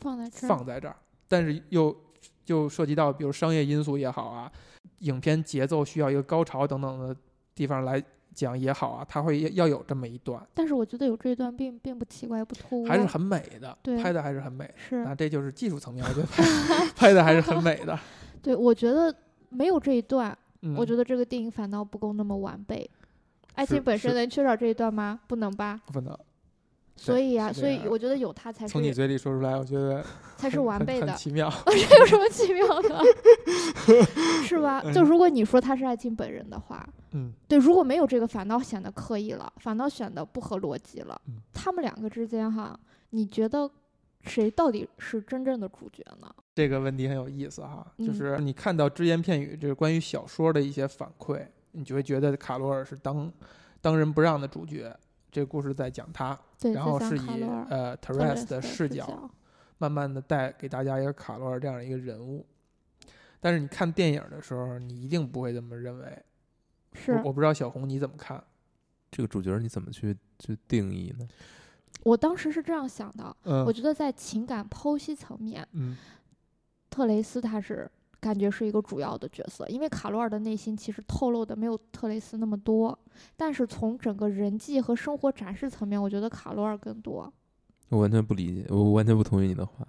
C: 放在这儿，
A: 放在这儿，但是又又涉及到比如商业因素也好啊，影片节奏需要一个高潮等等的地方来讲也好啊，他会要有这么一段，
C: 但是我觉得有这一段并并不奇怪，也不突兀，
A: 还是很啊美的，
C: 对
A: 拍的还是很美的。
C: 是
A: 那这就是技术层面，我 觉得拍拍的还是很美的。
C: 对。我觉得没有这一段，
A: 嗯、
C: 我觉得这个电影反倒不够那么完备。爱
A: 是
C: 情本身
A: 是
C: 能缺少这一段吗？不能吧。
A: 不能
C: 所以
A: 呀、
C: 呀、
A: 是这
C: 所以
A: 样
C: 我觉得有它才
A: 从你
C: 是
A: 嘴里说出来，我觉得
C: 才是
A: 很
C: 完
A: 很
C: 备的
A: 很。奇妙。
C: 这有 什么奇妙的？是吧？就如果你说他是爱情本人的话，
A: 嗯，
C: 对，如果没有这个，反倒显得刻意了，反倒显得不合逻辑了。
A: 嗯
C: 他们两个之间哈，你觉得谁到底是真正的主角呢？
A: 这个问题很有意思哈，就
C: 嗯
A: 是你看到只言片语，这是关于小说的一些反馈，你就会觉得卡罗尔是当当仁不让的主角，这故事在讲他，
C: 对，
A: 然
C: 就
A: 后
C: 像
A: 是
C: 卡
A: 以
C: 罗尔
A: 呃
C: Torres
A: Teres 的
C: 的
A: 视角，
C: 角，
A: 慢慢的带给大家一个卡罗尔这样一个人物。但是你看电影的时候，你一定不会这么认为。
C: 是
A: 我我不知道小红你怎么看？
B: 这个主角你怎么去去定义呢？
C: 我当时是这样想的，我
A: 嗯
C: 觉得在情感剖析层面，
A: 嗯
C: 特雷斯他是感觉是一个主要的角色，因为卡罗尔的内心其实透露的没有特雷斯那么多，但是从整个人际和生活展示层面，我觉得卡罗尔更多。
B: 我完全不理解，我完全不同意你的话。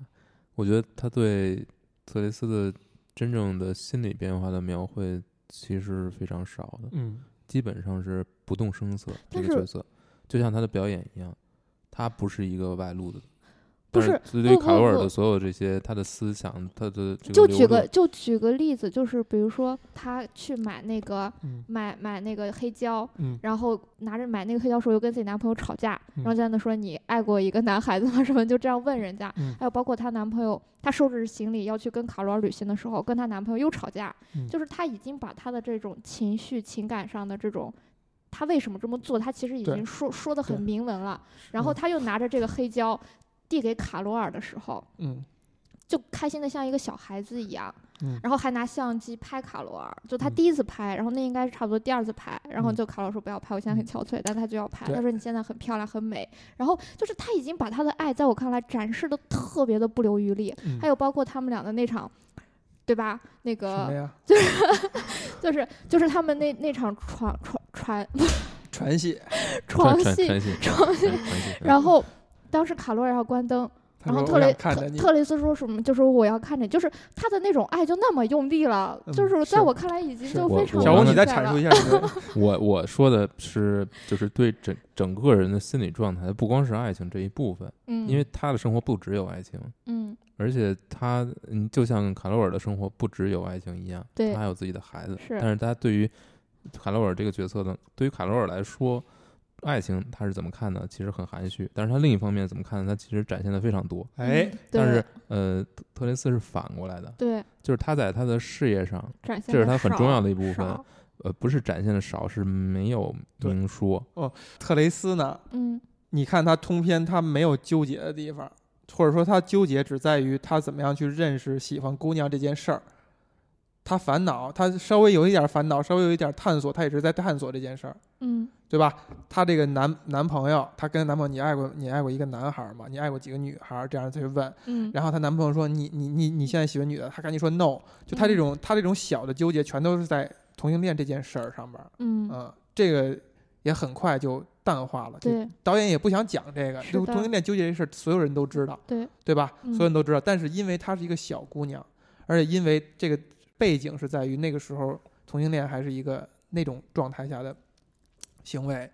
B: 我觉得他对特雷斯的真正的心理变化的描绘其实是非常少的，
A: 嗯，
B: 基本上是不动声色。这
C: 但
B: 个
C: 是
B: 角色就像他的表演一样，他不是一个外露的。
C: 不
B: 但
C: 是
B: 是对于
C: 不
B: 卡罗尔
C: 不
B: 的所有这些，他的思想，他的这个
C: 就
B: 流
C: 举
B: 露
C: 个就举个例子，就是比如说他去买那个
A: 嗯
C: 买买那个黑胶，
A: 嗯
C: 然后拿着买那个黑胶时候又跟自己男朋友吵架，
A: 嗯
C: 然后在那说你爱过一个男孩子吗？ 什么就这样问人家。
A: 嗯
C: 还有包括她男朋友，她收拾行李要去跟卡罗尔旅行的时候，跟她男朋友又吵架，
A: 嗯
C: 就是她已经把她的这种情绪、情感上的这种。她为什么这么做？她其实已
A: 对
C: 经说说的很
A: 对
C: 明文了。然后
A: 嗯
C: 她又拿着这个黑胶递给卡罗尔的时候，
A: 嗯
C: 就开心的像一个小孩子一样，
A: 嗯
C: 然后还拿相机拍卡罗尔，就他
A: 嗯
C: 第一次拍，然后那应该是差不多第二次拍，然后
A: 嗯
C: 就卡罗尔说不要拍，我现在很憔悴，但他就要拍，
A: 对
C: 他说你现在很漂亮很美，然后就是他已经把他的爱在我看来展示的特别的不留余力，
A: 嗯，
C: 还有包括他们俩的那场，对吧？那
A: 什么
C: 个
A: 呀？
C: 就是就是他们那那场床床床
A: 传戏，
C: 床
B: 传
C: 戏，
B: 传 信，
C: 床戏，
B: 传传信。
C: 然后当时卡罗尔要关灯，
A: 他
C: 然后
A: 说
C: 特
A: 我
C: 雷
A: 想看着
C: 特
A: 你，
C: 特雷斯说什么？就是我要看着你，就是他的那种爱就那么用力了，
A: 嗯
C: 就是在
A: 是
C: 我看来已经
A: 是
C: 就
B: 我
C: 非常
B: 我
A: 小
B: 刚
A: 红
B: 才
A: 你再
C: 明显
A: 阐述
C: 了
A: 一下你的，
B: 我我说的是，就是对整整个人的心理状态，不光是爱情这一部分，
C: 嗯，
B: 因为他的生活不只有爱情，
C: 嗯
B: 而且他，嗯，就像卡罗尔的生活不只有爱情一样，
C: 对
B: 他还有自己的孩子。
C: 是
B: 但是他对于卡罗尔这个角色呢，对于卡罗尔来说，爱情他是怎么看的？其实很含蓄，但是他另一方面怎么看呢？他其实展现的非常多。
A: 哎，
C: 嗯
B: 但是
C: 对，
B: 呃，特特雷斯是反过来的，
C: 对
B: 就是他在他的事业上，
C: 展现
B: 这是
C: 得
B: 他很
C: 少
B: 重要的一部分
C: 少，
B: 呃，不是展现的少，是没有
A: 对
B: 明说。
A: 特雷斯呢？
C: 嗯
A: 你看他通篇他没有纠结的地方，或者说他纠结只在于他怎么样去认识喜欢姑娘这件事儿。他烦恼，他稍微有一点烦恼，稍微有一点探索，他也是在探索这件事儿，
C: 嗯
A: 对吧？他这个男男朋友，他跟男朋友，你爱过你爱过一个男孩吗？你爱过几个女孩？这样他就问，
C: 嗯，
A: 然后她男朋友说你你你你现在喜欢女的，她赶紧说 no，就他这种、他这种小的纠结，全都是在同性恋这件事儿上边儿，
C: 嗯
A: 嗯，这个也很快就淡化了，就
C: 对
A: 导演也不想讲这个，
C: 是
A: 就
C: 的
A: 同性恋纠结这事，儿，所有人都知道，
C: 对
A: 对吧？
C: 嗯
A: 所有人都知道，但是因为她是一个小姑娘，而且因为这个背景是在于那个时候同性恋还是一个那种状态下的行为，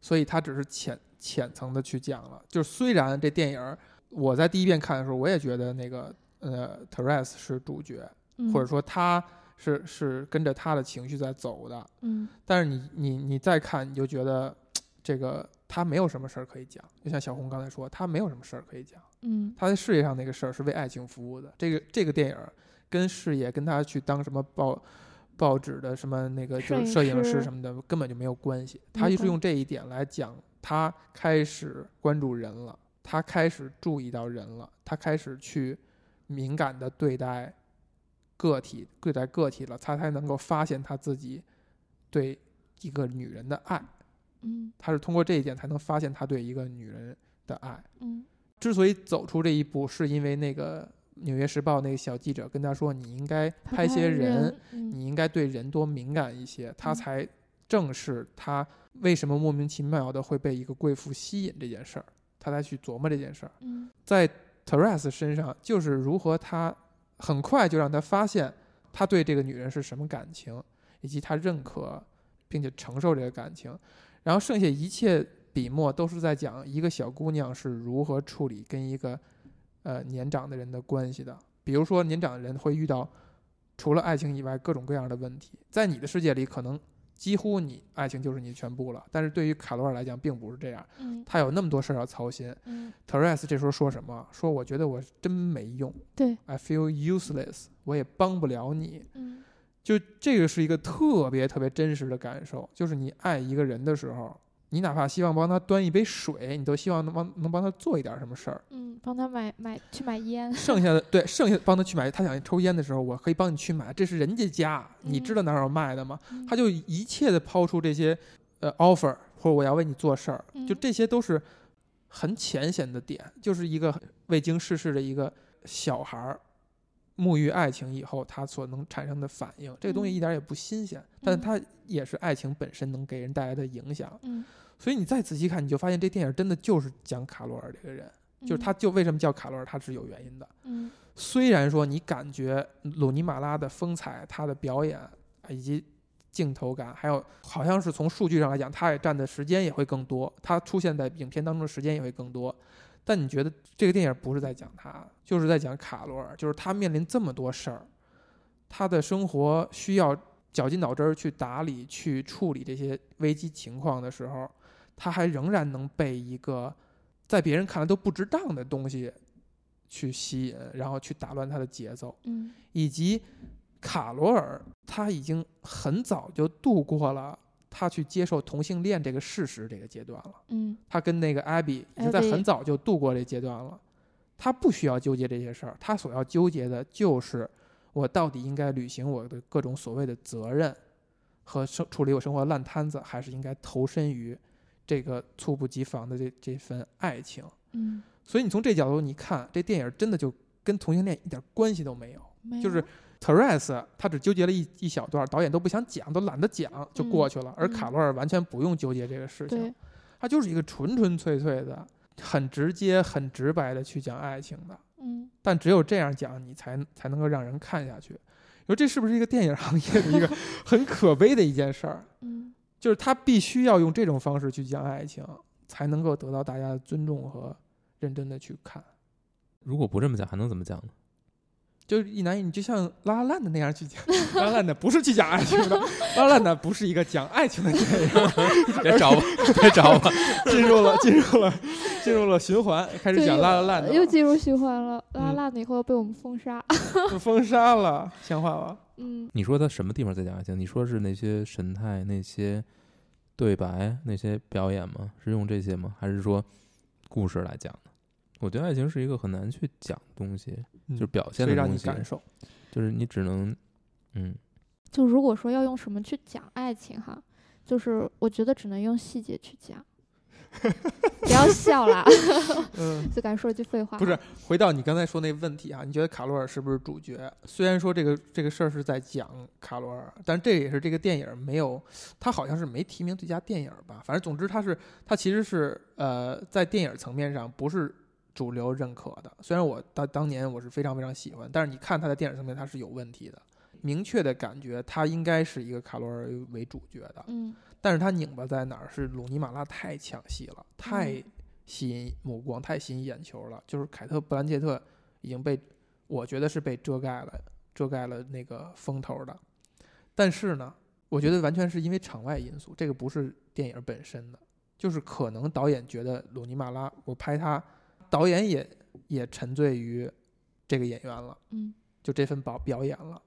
A: 所以她只是浅浅层的去讲了。就是虽然这电影儿我在第一遍看的时候，我也觉得那个呃 Teres 是主角，
C: 嗯
A: 或者说他是是跟着他的情绪在走的，
C: 嗯
A: 但是你你你再看，你就觉得这个他没有什么事儿可以讲，就像小红刚才说，他没有什么事儿可以讲，
C: 嗯
A: 他在事业上那个事儿是为爱情服务的。这个这个电影儿跟事业跟他去当什么报报纸的什么那个就是摄
C: 摄影
A: 影师
C: 师
A: 什么的根本就没有关系，
C: 没
A: 他就是
C: 关
A: 用这一点来讲，他开始关注人了，他开始注意到人了，他开始去敏感的对待个体，对待个体了，他才能够发现他自己对一个女人的爱。
C: 嗯
A: 他是通过这一点才能发现他对一个女人的爱。
C: 嗯
A: 之所以走出这一步，是因为那个《纽约时报》那个小记者跟他说：“你应该拍些人，，
C: 嗯
A: 你应该对人多敏感一些。”他
C: 嗯
A: 才正视他为什么莫名其妙的会被一个贵妇吸引这件事儿，他才去琢磨这件事儿。
C: 嗯
A: 在 Teres 身上，就是如何他很快就让他发现他对这个女人是什么感情，以及他认可并且承受这个感情。然后剩下一切笔墨都是在讲一个小姑娘是如何处理跟一个呃年长的人的关系的。比如说，年长的人会遇到除了爱情以外各种各样的问题，在你的世界里，可能几乎你爱情就是你全部了。但是对于卡罗尔来讲，并不是这样，
C: 嗯
A: 她有那么多事儿要操心，
C: 嗯
A: Teres 这时候说什么？说我觉得我真没用，
C: 对
A: ，I feel useless，我也帮不了你。
C: 嗯
A: 就这个是一个特别特别真实的感受，就是你爱一个人的时候，你哪怕希望帮他端一杯水，你都希望能帮能帮他做一点什么 事儿。
C: 嗯，帮他买买去买烟，
A: 剩下的对，剩下帮他去买，他想抽烟的时候，我可以帮你去买，这是人家家，你知道哪儿有卖的吗？
C: 嗯
A: 他就一切的抛出这些呃 offer，或者我要为你做事儿，就
C: 嗯
A: 这些都是很浅显的点，就是一个未经世事的一个小孩儿沐浴爱情以后，他所能产生的反应，这个东西
C: 嗯
A: 一点儿也不新鲜，但
C: 嗯
A: 它也是爱情本身能给人带来的影响。
C: 嗯，
A: 所以你再仔细看，你就发现这电影真的就是讲卡罗尔这个人，就是
C: 嗯
A: 他，就为什么叫卡罗尔，他是有原因的。
C: 嗯
A: 虽然说你感觉鲁尼马拉的风采、他的表演啊以及镜头感，还有好像是从数据上来讲，他也占的时间也会更多，他出现在影片当中的时间也会更多。但你觉得这个电影不是在讲他，就是在讲卡罗尔，就是他面临这么多事儿，他的生活需要绞尽脑汁儿去打理、去处理这些危机情况的时候，他还仍然能被一个在别人看来都不值当的东西去吸引，然后去打乱他的节奏，
C: 嗯
A: 以及卡罗尔他已经很早就度过了他去接受同性恋这个事实这个阶段了。
C: 嗯
A: 他跟那个艾比已经在
C: Abby
A: 很早就度过这阶段了，他不需要纠结这些事儿，他所要纠结的就是我到底应该履行我的各种所谓的责任和生处理我生活的烂摊子，还是应该投身于这个猝不及防的这这份爱情。
C: 嗯，
A: 所以你从这角度你看，这电影真的就跟同性恋一点关系都没有。
C: 没
A: 就是
C: 有
A: Teres 他只纠结了一一小段，导演都不想讲，都懒得讲就过去了。而卡罗尔完全不用纠结这个事情，
C: 嗯对，
A: 他就是一个纯纯粹粹的、很直接、很直白的去讲爱情的。
C: 嗯
A: 但只有这样讲，你才才能够让人看下去。你说这是不是一个电影行业的一个 很可悲的一件事儿？
C: 嗯
A: 就是他必须要用这种方式去讲爱情，才能够得到大家的尊重和认真的去看。
B: 如果不这么讲，还能怎 么讲呢？
A: 就是一男一女，就像拉拉烂的那样去讲。拉拉烂的不是去讲爱情的，拉拉烂的不是一个讲爱情的电影，
B: 别找我，别找我，
A: 进入了进入了进入了循环，开始
C: 对
A: 讲
C: 又
A: 拉拉烂的
C: 又
A: 了，
C: 进入循环了，拉
A: 嗯
C: 烂了以后要被我们 封杀，
A: 就封杀了，像话吗？
C: 嗯
B: 你说他什么地方在讲爱情？你说是那些神态、那些对白、那些表演吗？是用这些吗？还是说故事来讲的？我觉得爱情是一个很难去讲的东西，就是表现
A: 嗯所以
B: 的
A: 让
B: 东
A: 你
B: 西，
A: 感 受，
B: 就是你只能，嗯，
C: 就如果说要用什么去讲爱情哈，就是我觉得只能用细节去 讲。不要笑啦，
A: 嗯。
C: 就敢说句废话。
A: 不是，回到你刚才说那问题啊，你觉得卡罗尔是不是主角？虽然说这个这个事儿是在讲卡罗尔，但这也是这个电影没有，他好像是没提名最佳电影吧？反正总之他是他其实是呃在电影层面上不是主流认可的。虽然我当当年我是非常非常喜欢，但是你看他在电影层面他是有问题的，明确的感觉他应该是一个卡罗尔为主角的。
C: 嗯
A: 但是它拧巴在哪儿？是鲁尼马拉太抢戏了，太
C: 嗯
A: 吸引目光，太吸引眼球了。就是凯特·布兰切特已经被，我觉得是被遮盖了，遮盖了那个风头的。但是呢，我觉得完全是因为场外因素，这个不是电影本身的，就是可能导演觉得鲁尼马拉，我拍他，导演也也沉醉于这个演员了。
C: 嗯
A: 就这份表表演了，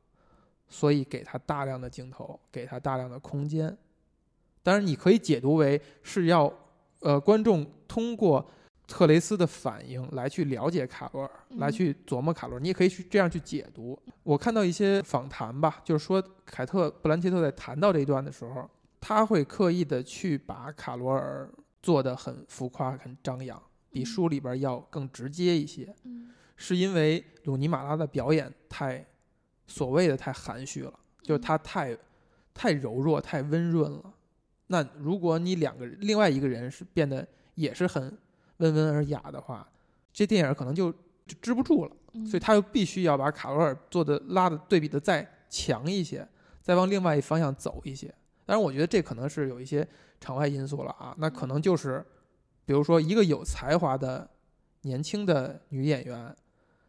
A: 所以给他大量的镜头，给他大量的空间。当然，你可以解读为是要，呃，观众通过特雷斯的反应来去了解卡罗尔，
C: 嗯
A: 来去琢磨卡罗尔。你也可以去这样去解读。我看到一些访谈吧，就是说凯特·布兰切特在谈到这一段的时候，他会刻意的去把卡罗尔做的很浮夸、很张扬，比
C: 嗯
A: 书里边要更直接一些。
C: 嗯，
A: 是因为鲁尼马拉的表演太所谓的太含蓄了，就是
C: 嗯
A: 他太太柔弱、太温润了。那如果你两个人另外一个人是变得也是很温文尔雅的话，这电影可能就就支不住了。
C: 嗯，
A: 所以他又必须要把卡罗尔做的拉的对比的再强一些，再往另外一方向走一些。当然，我觉得这可能是有一些场外因素了啊。那可能就是，比如说一个有才华的年轻的女演员，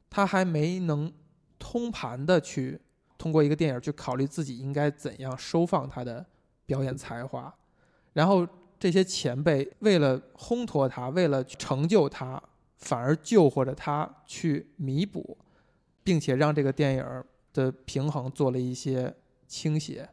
A: 她还没能通盘的去通过一个电影去考虑自己应该怎样收放她的表演才华，然后这些前辈为了烘托她，为了成就她，反而救活着他去弥补，并且让这个电影儿的平衡做了一些倾斜。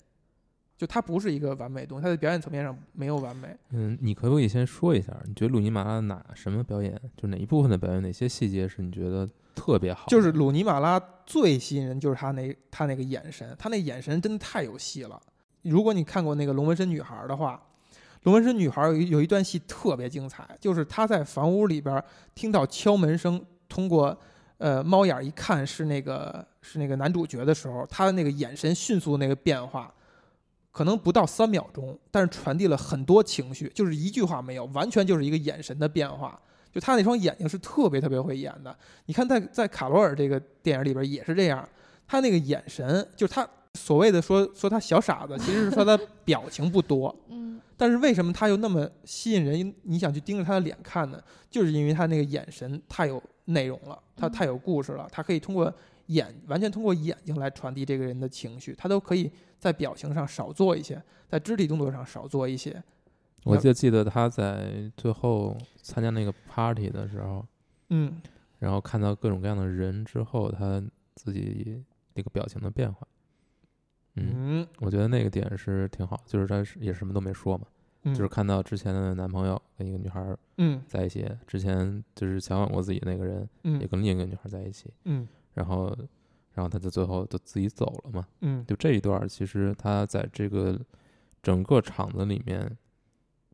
A: 就它不是一个完美的东西，它在表演层面上没有完美。
B: 嗯，你可不可以先说一下，你觉得鲁尼马拉哪什么表演，就哪一部分的表演，哪些细节是你觉得特别好的？
A: 就是鲁尼马拉最吸引人就是他那他那个眼神，他那眼神真的太有戏了。如果你看过那个《龙纹身女孩》的话，《龙纹身女孩有一》有一段戏特别精彩，就是她在房屋里边儿听到敲门声，通过呃猫眼儿一看是那个是那个男主角的时候，他的那个眼神迅速那个变化。可能不到三秒钟，但是传递了很多情绪，就是一句话没有，完全就是一个眼神的变化。就他那双眼睛是特别特别会演的，你看在，在卡罗尔这个电影里边也是这样，他那个眼神，就是他所谓的说说他小傻子，其实是说他表情不多，
C: 嗯
A: 但是为什么他又那么吸引人？你想去盯着他的脸看呢？就是因为他那个眼神太有内容了，他
C: 嗯
A: 太有故事了，他可以通过眼，完全通过眼睛来传递这个人的情绪，他都可以在表情上少做一些，在肢体动作上少做一些，
B: 我就记得他在最后参加那个 party 的时候，
A: 嗯，
B: 然后看到各种各样的人之后，他自己那个表情的变化。嗯，
A: 嗯
B: 我觉得那个点是挺好，就是他是也什么都没说嘛，
A: 嗯，
B: 就是看到之前的男朋友跟一个女孩
A: 嗯
B: 在一起，之前就是想往过自己那个人也
A: 嗯
B: 跟另一个女孩在一起，
A: 嗯
B: 然后，然后他就最后就自己走了嘛。
A: 嗯
B: 就这一段儿，其实他在这个整个场子里面，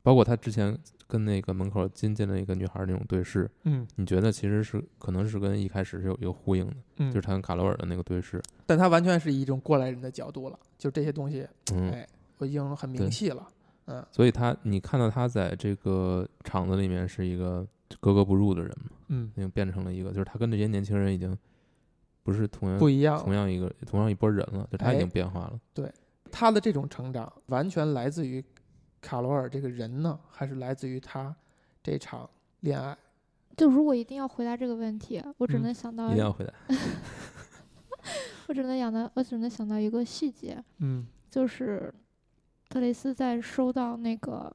B: 包括他之前跟那个门口新进了一个女孩儿那种对视，
A: 嗯
B: 你觉得其实是可能是跟一开始是有一个呼应的，
A: 嗯，
B: 就是他跟卡罗尔的那个对视，
A: 但他完全是以一种过来人的角度了，就这些东西
B: 嗯
A: 哎，我已经很明
B: 对
A: 细了。嗯
B: 所以他你看到他在这个场子里面是一个格格不入的人嘛，
A: 嗯，
B: 已经变成了一个，就是他跟这些年轻人已经不是同样
A: 不一样
B: 同。样一个同样一拨人了，就他已
A: 哎
B: 经变化了，
A: 他的这种成长完全来自于卡罗尔这个人呢，还是来自于他这场恋爱？
C: 就如果一定要回答这个问题，我只
A: 嗯
C: 能想到
B: 一定要回来，
C: 我只能想到，我只能想到一个细节，
A: 嗯
C: 就是特蕾斯在收到那个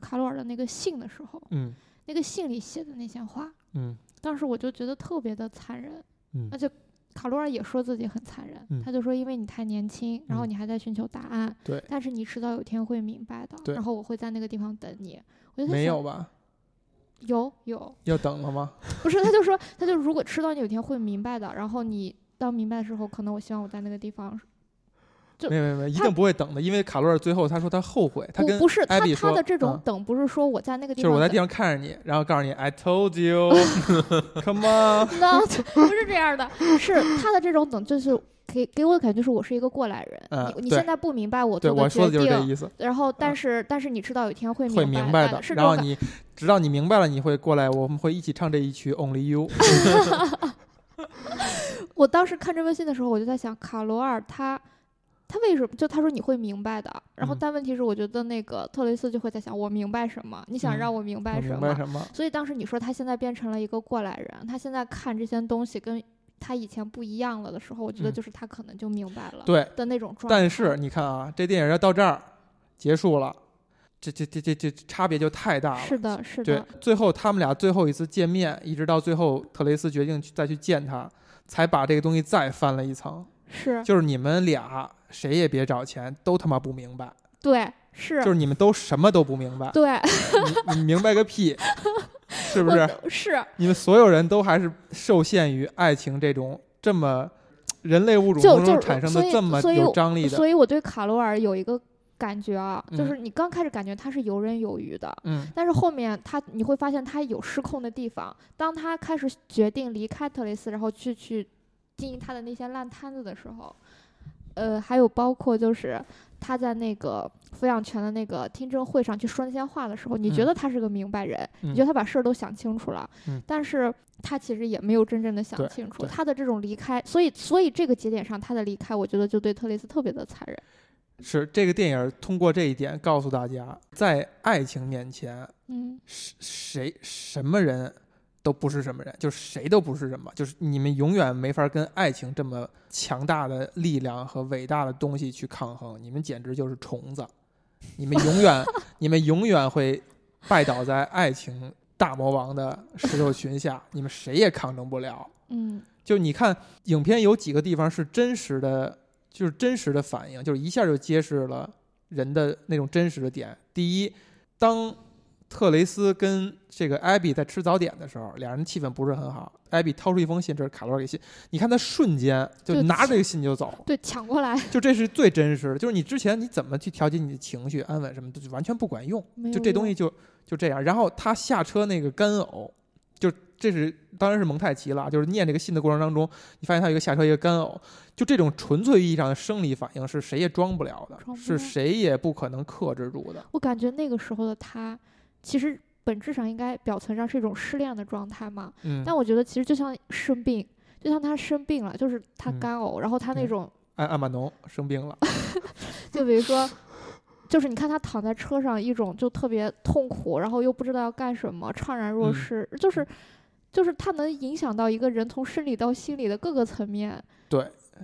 C: 卡罗尔的那个信的时候，
A: 嗯
C: 那个信里写的那些话，
A: 嗯
C: 当时我就觉得特别的残忍，
A: 嗯
C: 而且卡罗尔也说自己很残忍，
A: 嗯
C: 他就说因为你太年轻，然后
A: 嗯
C: 你还在寻求答案，
A: 对
C: 但是你迟早有一天会明白的，
A: 对
C: 然后我会在那个地方等你。我就在
A: 嗯没
C: 想
A: 有，吧？
C: 有有，
A: 要等了吗？
C: 不是，他就说，他就如果迟早你有一天会明白的，然后你当明白的时候，可能我希望我在那个地方，就
A: 没有没有没有，一
C: 他
A: 定不会等的，因为卡罗尔最后他说他后悔，他跟
C: 不不是
A: 艾
C: 他
A: 比
C: 他
A: 说
C: 的这种
A: 嗯
C: 等，不是说我在那个地
A: 就是
C: 方
A: 我在
C: 等，
A: 地上看着你，然后告诉你 I told you，come on，
C: no，不 是这样的，是他的这种等，就是给给我的感觉就是我是一个过来人，
A: 嗯
C: 你你
A: 对
C: 现在不明白我
A: 对
C: 做
A: 我说
C: 决
A: 的就是这
C: 定，
A: 意思，
C: 然后但
A: 嗯
C: 是、但是你迟早有一天会
A: 会
C: 明
A: 明
C: 白
A: 白的
C: 是。这
A: 然后
C: 种感。
A: 你直到你明白了，你会过来，我们会一起唱这一曲 Only You。
C: 我当时看这封信的时候，我就在想，卡罗尔他他为什么？就他说你会明白的。然后，
A: 嗯
C: 但问题是，我觉得那个特雷斯就会在想，我明白什么？你想
A: 嗯
C: 让我明白
A: 我
C: 什
A: 明
C: 么？
A: 白什么？
C: 所以当时你说他现在变成了一个过来人，他现在看这些东西跟他以前不一样了的时候，我觉得
A: 嗯
C: 就是他可能就明白了
A: 对，
C: 的那种状态。
A: 但是你看啊，这电影要到这儿结束了，这这这这这差别就太大了。
C: 是的，是
A: 对
C: 的，，
A: 最后他们俩最后一次见面，一直到最后特雷斯决定去再去见他，才把这个东西再翻了一层。
C: 是，
A: 就是你们俩谁也别找钱，都他妈不明白，
C: 对，是，
A: 就是你们都什么都不明白，
C: 对，
A: 你你明白个 屁，是不是？
C: 是？是，
A: 你们所有人都还是受限于爱情这种这么人类物种
C: 就
A: 当中
C: 就
A: 产生
C: 所
A: 的
C: 以
A: 这么
C: 所以
A: 有
C: 我
A: 张力的，
C: 所以我对卡罗尔有一个感觉啊，就
A: 嗯
C: 是你刚开始感觉他是游刃有余的，
A: 嗯
C: 但是后面他你会发现他有失控的地方。当他开始决定离开特雷斯，然后去去经营他的那些烂摊子的时候，呃，还有包括就是他在那个抚养权的那个听证会上去说那些话的时候，你觉
A: 嗯
C: 得他是个明白人，
A: 嗯
C: 你觉得他把事儿都想清楚了，
A: 嗯
C: 但是他其实也没有真正的想
A: 对
C: 清楚
A: 对
C: 他的这种离开，所以所以这个节点上他的离开，我觉得就对特雷斯特别的残忍。
A: 是这个电影通过这一点告诉大家，在爱情面前，
C: 嗯，
A: 谁谁什么人都不是什么人，就是谁都不是什么，就是你们永远没法跟爱情这么强大的力量和伟大的东西去抗衡，你们简直就是虫子，你们永远你们永远会拜倒在爱情大魔王的石头群下，你们谁也抗争不了。
C: 嗯，
A: 就你看影片有几个地方是真实的，就是真实的反应，就是一下就揭示了人的那种真实的点。第一，当特雷斯跟这个艾比在吃早点的时候，俩人气氛不是很好。艾比掏出一封信，这是卡罗尔给信，你看他瞬间就
C: 就
A: 拿着这个信就走，
C: 对，抢过来
A: 就这是最真实的。就是你之前你怎么去调节你的情绪、安稳什么的，就完全不管用。
C: 没有
A: 就这东西
C: 用，
A: 就就这样。然后他下车那个干呕，就这是当然是蒙太奇了，就是念这个信的过程当中，你发现他有一个下车一个干呕，就这种纯粹意义上的生理反应是谁也装不了的，
C: 装不
A: 是
C: 了
A: 谁也不可能克制住的。
C: 我感觉那个时候的他，其实本质上应该表层上是一种失恋的状态嘛，
A: 嗯，
C: 但我觉得其实就像生病。就像他生病了，就是他
A: 嗯
C: 干呕，然后他那
A: 对
C: 种，
A: 艾哎艾玛农生病 了，
C: 就比如说，就是你看他躺在车上，一种就特别痛苦，然后又不知道要干什么，怅然若
A: 嗯
C: 失，就是，就是他能影响到一个人从生理到心理的各个层面。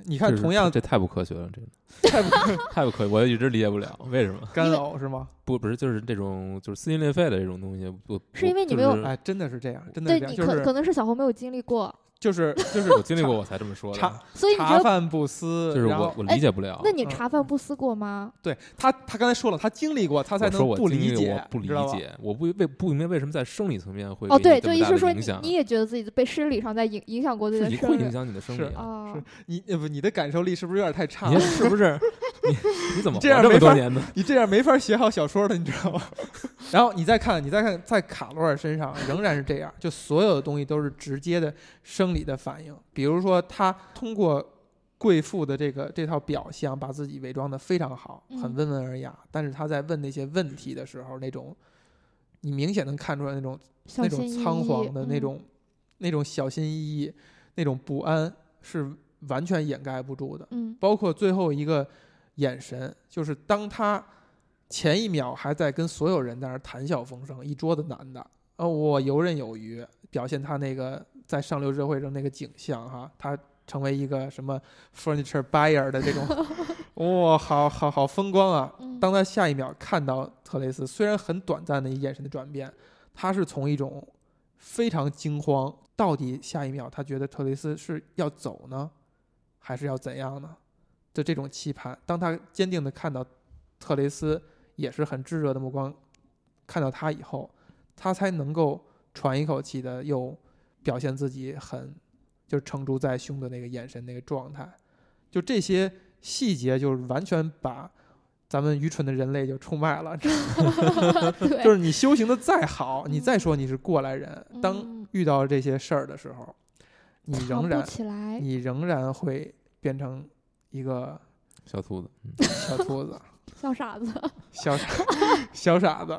A: 你
B: 这
A: 看
B: 是
A: 同样
B: 这太不科学了，这个
A: 太不
B: 太不科学，我一直理解不了为什么
A: 干
C: 因为
A: 呕是吗？
B: 不不是就是这种就是撕心裂肺的这种东西，我
C: 是因为你
B: 就
C: 没有
B: 是
A: 哎，真的是这样，真的
C: 对
A: 是这样，
C: 你
A: 就
C: 可可
A: 是
C: 能是小红没有经历过，
A: 就是就是
B: 我经历过我才这么说的
A: 茶，
C: 所以你
A: 茶
C: 觉得，
A: 饭不思，
B: 就是
A: 然
B: 我
A: 后
B: 我
C: 哎
B: 理解不了。
C: 那你
A: 嗯
C: 茶饭不思过吗？
A: 对他他刚才说了，他经历过，他才
B: 我说
A: 能
B: 我
A: 不
B: 经历
A: 理解，
B: 我不理
A: 知道吧
B: 解，我不为不明白为什么在生理层面会
C: 哦，
B: 给你
C: 对，
B: 这么
C: 就意
B: 大
C: 思
B: 的
C: 说
B: 影
C: 你
B: 响
C: 你也觉得自己被生理上在影影响过自己
B: 是
C: 的
B: 你
C: 生
B: 会影
C: 理。
B: 响你的生
A: 是
B: 理啊。
C: 哦，
A: 你呃不你的感受力是不是有点太
C: 啊
A: 差
B: 你
A: 了？
B: 是不 是？你你怎么
A: 这样
B: 活这
A: 没
B: 么多
A: 法
B: 年呢？
A: 你这样没法写好小说的，你知道吗？ 然后你再看，你再看，在卡罗尔身上仍然是这样，就所有的东西都是直接的生理的反应。比如说，他通过贵妇的这个这套表象，把自己伪装的非常好，
C: 嗯
A: 很温文尔雅。但是他在问那些问题的时候，那种你明显能看出来那种
C: 小
A: 那种
C: 心翼
A: 仓
C: 翼
A: 皇的那
C: 嗯
A: 种、那种小心翼翼、那种不安，是完全掩盖不住的。
C: 嗯
A: 包括最后一个眼神，就是当他前一秒还在跟所有人在那儿谈笑风生，一桌子男的，呃，我游刃有余，表现他那个在上流社会中那个景象哈，他成为一个什么 furniture buyer 的这种，哇、好好好风光啊！
C: 嗯，
A: 当他下一秒看到特雷斯，虽然很短暂的一眼神的转变，他是从一种非常惊慌，到底下一秒他觉得特雷斯是要走呢，还是要怎样呢？的这种期盼，当他坚定的看到特雷斯也是很炙热的目光看到他以后，他才能够喘一口气的又表现自己很就是成竹在胸的那个眼神那个状态，就这些细节就是完全把咱们愚蠢的人类就出卖了，
C: 对，
A: 就是你修行的再好，
C: 嗯
A: 你再说你是过来人，当
C: 嗯
A: 遇到这些事儿的时候，你
C: 藏
A: 仍
C: 不
A: 然
C: 起来，
A: 你仍然会变成一个
B: 小兔子，嗯
A: 小兔 子。
C: 小傻子。
A: 小傻小傻子，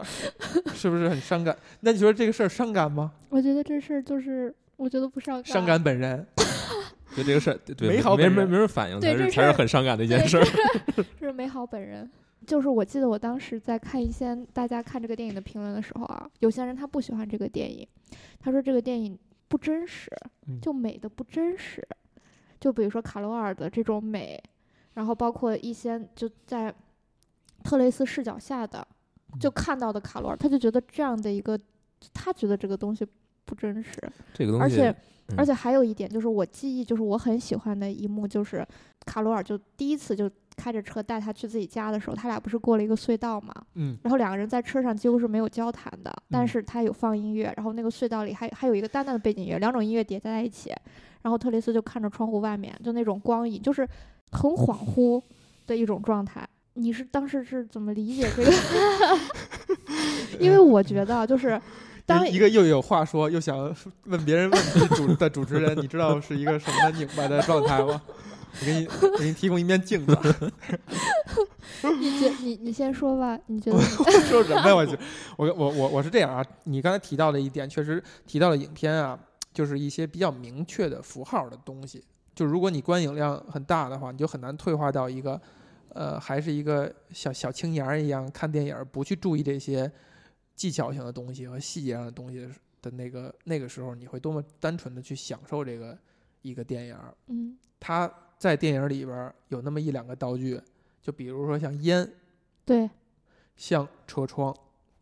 A: 是不是很伤感？那你觉得这个事儿伤感吗？
C: 我觉得这事儿就是，我觉得不伤感，
A: 伤感本人，
B: 就这个事儿，对对
A: 美好
B: 没
A: 本
B: 没
A: 人
B: 没人反应，
C: 对
B: 才
C: 这
B: 是
C: 事
B: 才是
C: 儿
B: 很伤感的一件
C: 对
B: 事儿。
C: 是美好本人。就是我记得我当时在看一些大家看这个电影的评论的时候啊，有些人他不喜欢这个电影，他说这个电影不真实
A: 嗯，
C: 就美的不真实。就比如说卡罗尔的这种美，然后包括一些就在特蕾斯视角下的就看到的卡罗尔，他就觉得这样的一个，他觉得这个东西不真实。
B: 这个东
C: 而
B: 西，
C: 且
B: 嗯
C: 而且还有一点就是我记忆就是我很喜欢的一幕就是卡罗尔就第一次就开着车带他去自己家的时候，他俩不是过了一个隧道嘛，
A: 嗯，
C: 然后两个人在车上几乎是没有交谈的，
A: 嗯
C: 但是他有放音乐，然后那个隧道里还还有一个淡淡的背景音乐，两种音乐叠加在一起，然后特雷斯就看着窗户外面，就那种光影，就是很恍惚的一种状态。你是当时是怎么理解这个？ 因为我觉得就是当
A: 嗯一个又有话说又想问别人问题主的主持人，你知道是一个什么拧巴的状态吗？我给你，我给你提供一面镜子。
C: 你觉你你先说吧，你觉得你
A: 说什么呀？我去，我我我我是这样啊，你刚才提到的一点，确实提到了影片啊，就是一些比较明确的符号的东西。就如果你观影量很大的话，你就很难退化到一个，呃，还是一个小小青年儿一样看电影儿，不去注意这些技巧性的东西和细节上的东西的时的那个那个时候，你会多么单纯的去享受这个一个电影儿。
C: 嗯
A: 它在电影里边儿有那么一两个道具，就比如说像烟，
C: 对
A: 像车窗。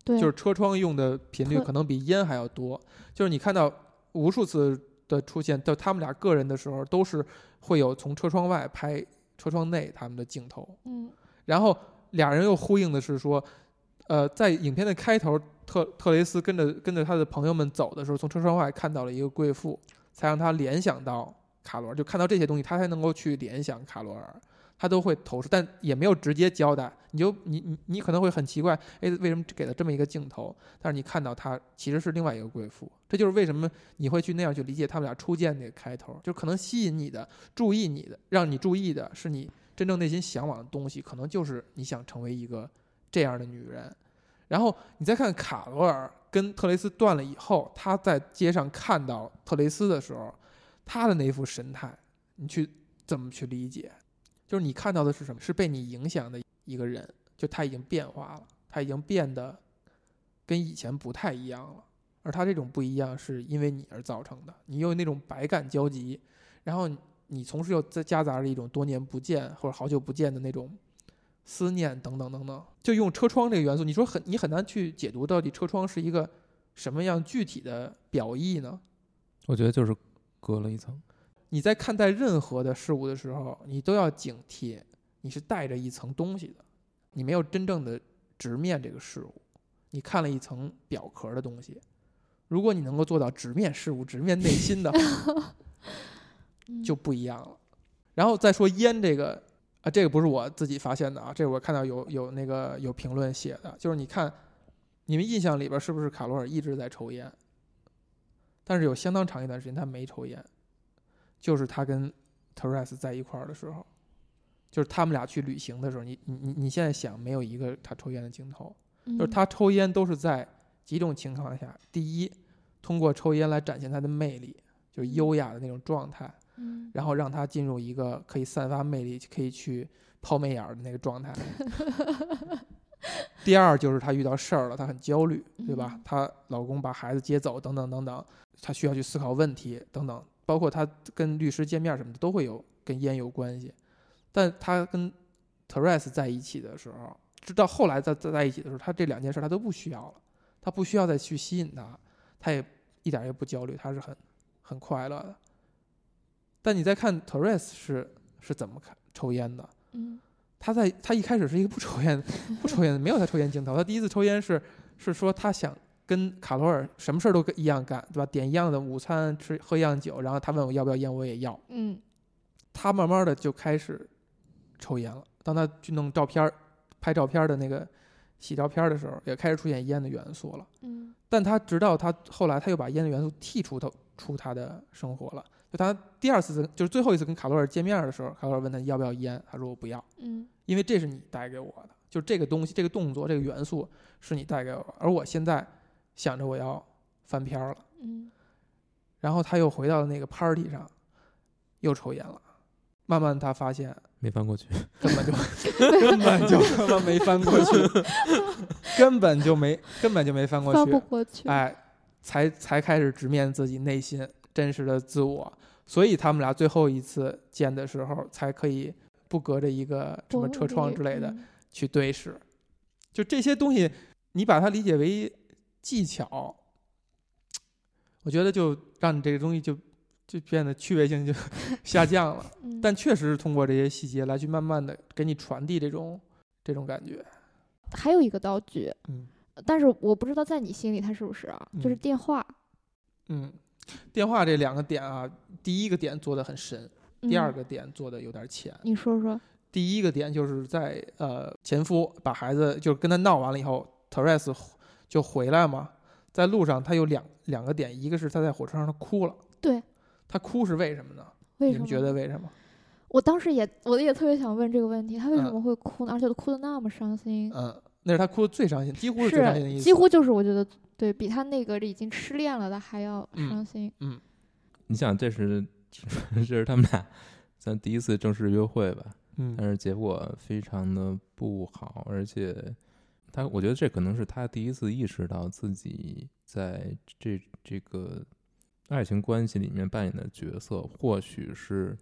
C: 对，
A: 就是车窗用的频率
C: 特
A: 可能比烟还要多。就是你看到无数次的出现，就他们俩个人的时候，都是会有从车窗外拍车窗内他们的镜头。
C: 嗯
A: 然后俩人又呼应的是说，呃，在影片的开头，特特雷斯跟着跟着他的朋友们走的时候，从车窗外看到了一个贵妇，才让他联想到卡罗尔，就看到这些东西，他才能够去联想卡罗尔。他都会投射，但也没有直接交代。你就你你你可能会很奇怪，哎，为什么给了这么一个镜头？但是你看到他其实是另外一个贵妇，这就是为什么你会去那样去理解他们俩初见那个开头，就可能吸引你的、注意你的、让你注意的是你真正内心向往的东西，可能就是你想成为一个这样的女人。然后你再看卡罗尔跟特雷斯断了以后，他在街上看到特雷斯的时候，他的那副神态，你去怎么去理解？就是你看到的是什么？是被你影响的一个人，就他已经变化了，他已经变得跟以前不太一样了。而他这种不一样是因为你而造成的，你有那种百感交集，然后你同时又再夹杂着一种多年不见或者好久不见的那种思念等等等等，就用车窗这个元素，你说很你很难去解读到底车窗是一个什么样具体的表意呢？
B: 我觉得就是隔了一层。
A: 你在看待任何的事物的时候，你都要警惕，你是带着一层东西的，你没有真正的直面这个事物，你看了一层表壳的东西。如果你能够做到直面事物、直面内心的话，
C: 嗯
A: 就不一样了。然后再说烟这个啊，这个不是我自己发现的啊，这个我看到有有那个有评论写的，就是你看你们印象里边是不是卡罗尔一直在抽烟？但是有相当长一段时间他没抽烟，就是他跟 Torres 在一块儿的时候，就是他们俩去旅行的时候，你你你你现在想没有一个他抽烟的镜头，就是
C: 嗯
A: 他抽烟都是在几种情况下，第一，通过抽烟来展现他的魅力，就是优雅的那种状态。
C: 嗯
A: 然后让他进入一个可以散发魅力、可以去抛媚眼儿的那个状态。第二就是她遇到事儿了，她很焦虑，对吧
C: 嗯？
A: 她老公把孩子接走，等等等等，她需要去思考问题，等等，包括她跟律师见面什么的都会有跟烟有关系。但她跟 Teres 在一起的时候，直到后来在在在一起的时候，她这两件事她都不需要了，她不需要再去吸引他，她也一点儿也不焦虑，她是很很快乐的。但你再看 Teres 是是怎么看抽烟的？
C: 嗯
A: 他在他一开始是一个不抽烟不抽烟的，没有他抽烟镜头。他第一次抽烟是是说他想跟卡罗尔什么事儿都跟一样干，对吧？点一样的午餐，吃喝一样酒，然后他问我要不要烟，我也要。
C: 嗯
A: 他慢慢的就开始抽烟了。当他去弄照片儿、拍照片儿的那个洗照片儿的时候，也开始出现烟的元素了。
C: 嗯
A: 但他直到他后来他又把烟的元素剔除他出他的生活了。就他第二次就是最后一次跟卡罗尔见面的时候，卡罗尔问他要不要烟，他说我不要，
C: 嗯
A: 因为这是你带给我的，就是这个东西、这个动作、这个元素是你带给我的，而我现在想着我要翻篇儿了。
C: 嗯
A: 然后他又回到了那个 party 上，又抽烟了。慢慢他发现
B: 没翻过去，
A: 根本就 根本就他妈没翻过去， 根本就没根本就没翻过
C: 翻
A: 去
C: 不，过去。
A: 哎，才才开始直面自己内心真实的自我。所以他们俩最后一次见的时候，才可以不隔着一个什
C: 我
A: 么车窗
C: 理
A: 之类的，
C: 嗯
A: 去对视。就这些东西，你把它理解为技巧，我觉得就让你这个东西就就变得趣味性就 下降了。
C: 嗯
A: 但确实是通过这些细节来去慢慢的给你传递这种这种感觉。
C: 还有一个道具，
A: 嗯
C: 但是我不知道在你心里它是不是啊，就是
A: 嗯
C: 电话。
A: 嗯，电话这两个点啊，第一个点做的很深，第二
C: 嗯，
A: 个点做的有点浅。
C: 你说说，
A: 第一个点就是在呃前夫把孩子就是跟他闹完了以后，Teres 就回来嘛，在路上他有两两个点，一个是他在火车上他哭了，
C: 对，
A: 他哭是为什么呢？
C: 为
A: 你
C: 什么
A: 们觉得为什么？
C: 我当时也，我也特别想问这个问题，他为什
A: 嗯
C: 么会哭呢？而且都哭得那么伤心，
A: 嗯，那是他哭的最伤心，几乎是最伤心的一
C: 是
A: 次。
C: 几乎就是我觉得对比他那个已经失恋了的还要
A: 嗯
C: 伤心。
B: 你想这是 这是他们俩咱第一次正式约会吧？
A: 嗯
B: 但是结果非常的不好，而且他，我觉得这可能是他第一次意识到自己在这这个爱情关系里面扮演的角色，或许是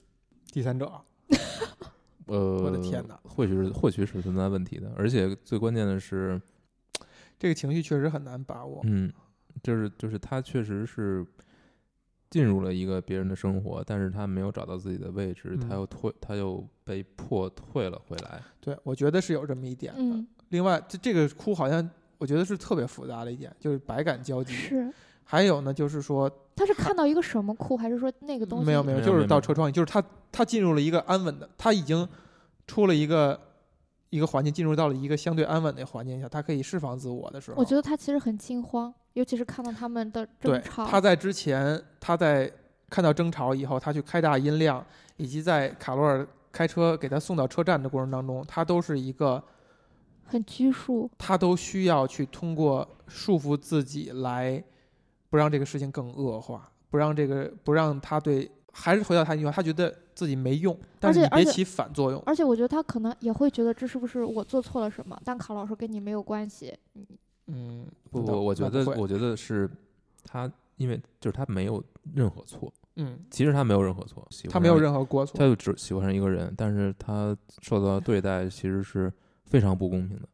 A: 第三者，
B: 呃，
A: 我的天哪
B: 或许是或许是存在问题的，而且最关键的是，
A: 这个情绪确实很难把握。
B: 嗯，就是就是他确实是。进入了一个别人的生活，但是他没有找到自己的位置，
A: 嗯
B: 他又退，他又被迫退了回来。
A: 对，我觉得是有这么一点的。
C: 嗯，
A: 另外，这这个哭好像我觉得是特别复杂的一点，就是百感交集。
C: 是，
A: 还有呢，就是说
C: 他是看到一个什么哭，还是说那个东西？
A: 没有没
B: 没
A: 有，
B: 有
A: 就
B: 没
A: 是
B: 有
A: 到车窗，就是他他进入了一个安稳的，他已经出了一个一个环境，进入到了一个相对安稳的环境下，他可以释放自我的时候。
C: 我觉得他其实很惊慌，尤其是看到他们的
A: 对
C: 争，吵。
A: 他在之前他在看到争吵以后，他去开大音量，以及在卡罗尔开车给他送到车站的过程当中，他都是一个
C: 很拘束，
A: 他都需要去通过束缚自己来不让这个事情更恶化，不让这个不让他对。还是回到他那句话，他觉得自己没用，但是
C: 而
A: 你
C: 且而
A: 别
C: 且
A: 起反作用。
C: 而且我觉得他可能也会觉得这是不是我做错了什么？但卡老师跟你没有关系，
A: 嗯，
B: 不，
A: 那
B: 我我
A: 那
B: 觉
A: 不
B: 得，
A: 会
B: 我觉得是他，因为就是他没有任何错，
A: 嗯，
B: 其实他没有任何错，喜欢
A: 他没有
B: 上，
A: 任何过错
B: 他，就只喜欢上一个人，但是他受到的对待其实是非常不公平的。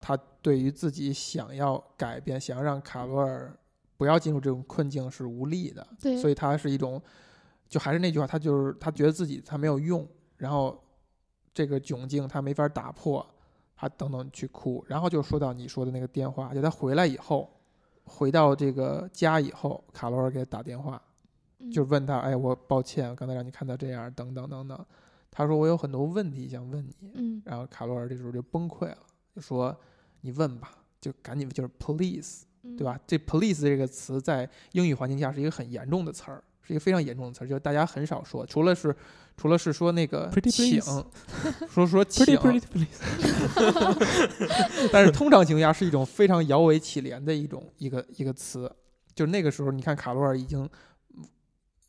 A: 他对于自己想要改变，想要让卡罗尔不要进入这种困境是无力的，
C: 对
A: 所以他是一种，就还是那句话，他就是他觉得自己他没有用，然后这个窘境他没法打破，他等等去哭，然后就说到你说的那个电话，就他回来以后，回到这个家以后，卡罗尔给他打电话，
C: 嗯
A: 就问他，哎，我抱歉，刚才让你看到这样，等等等等。他说我有很多问题想问你，
C: 嗯
A: 然后卡罗尔这时候就崩溃了，就说你问吧，就赶紧就是 please，
C: 嗯，
A: 对吧？这 police 这个词在英语环境下是一个很严重的词儿，是一个非常严重的词儿，就是大家很少说，除了是除了是说那个
B: Pretty
A: 请
B: please，
A: 说 说请，
B: please，
A: 但是通常情况下是一种非常摇尾乞怜的一种一个一个词，就是那个时候你看卡罗尔已经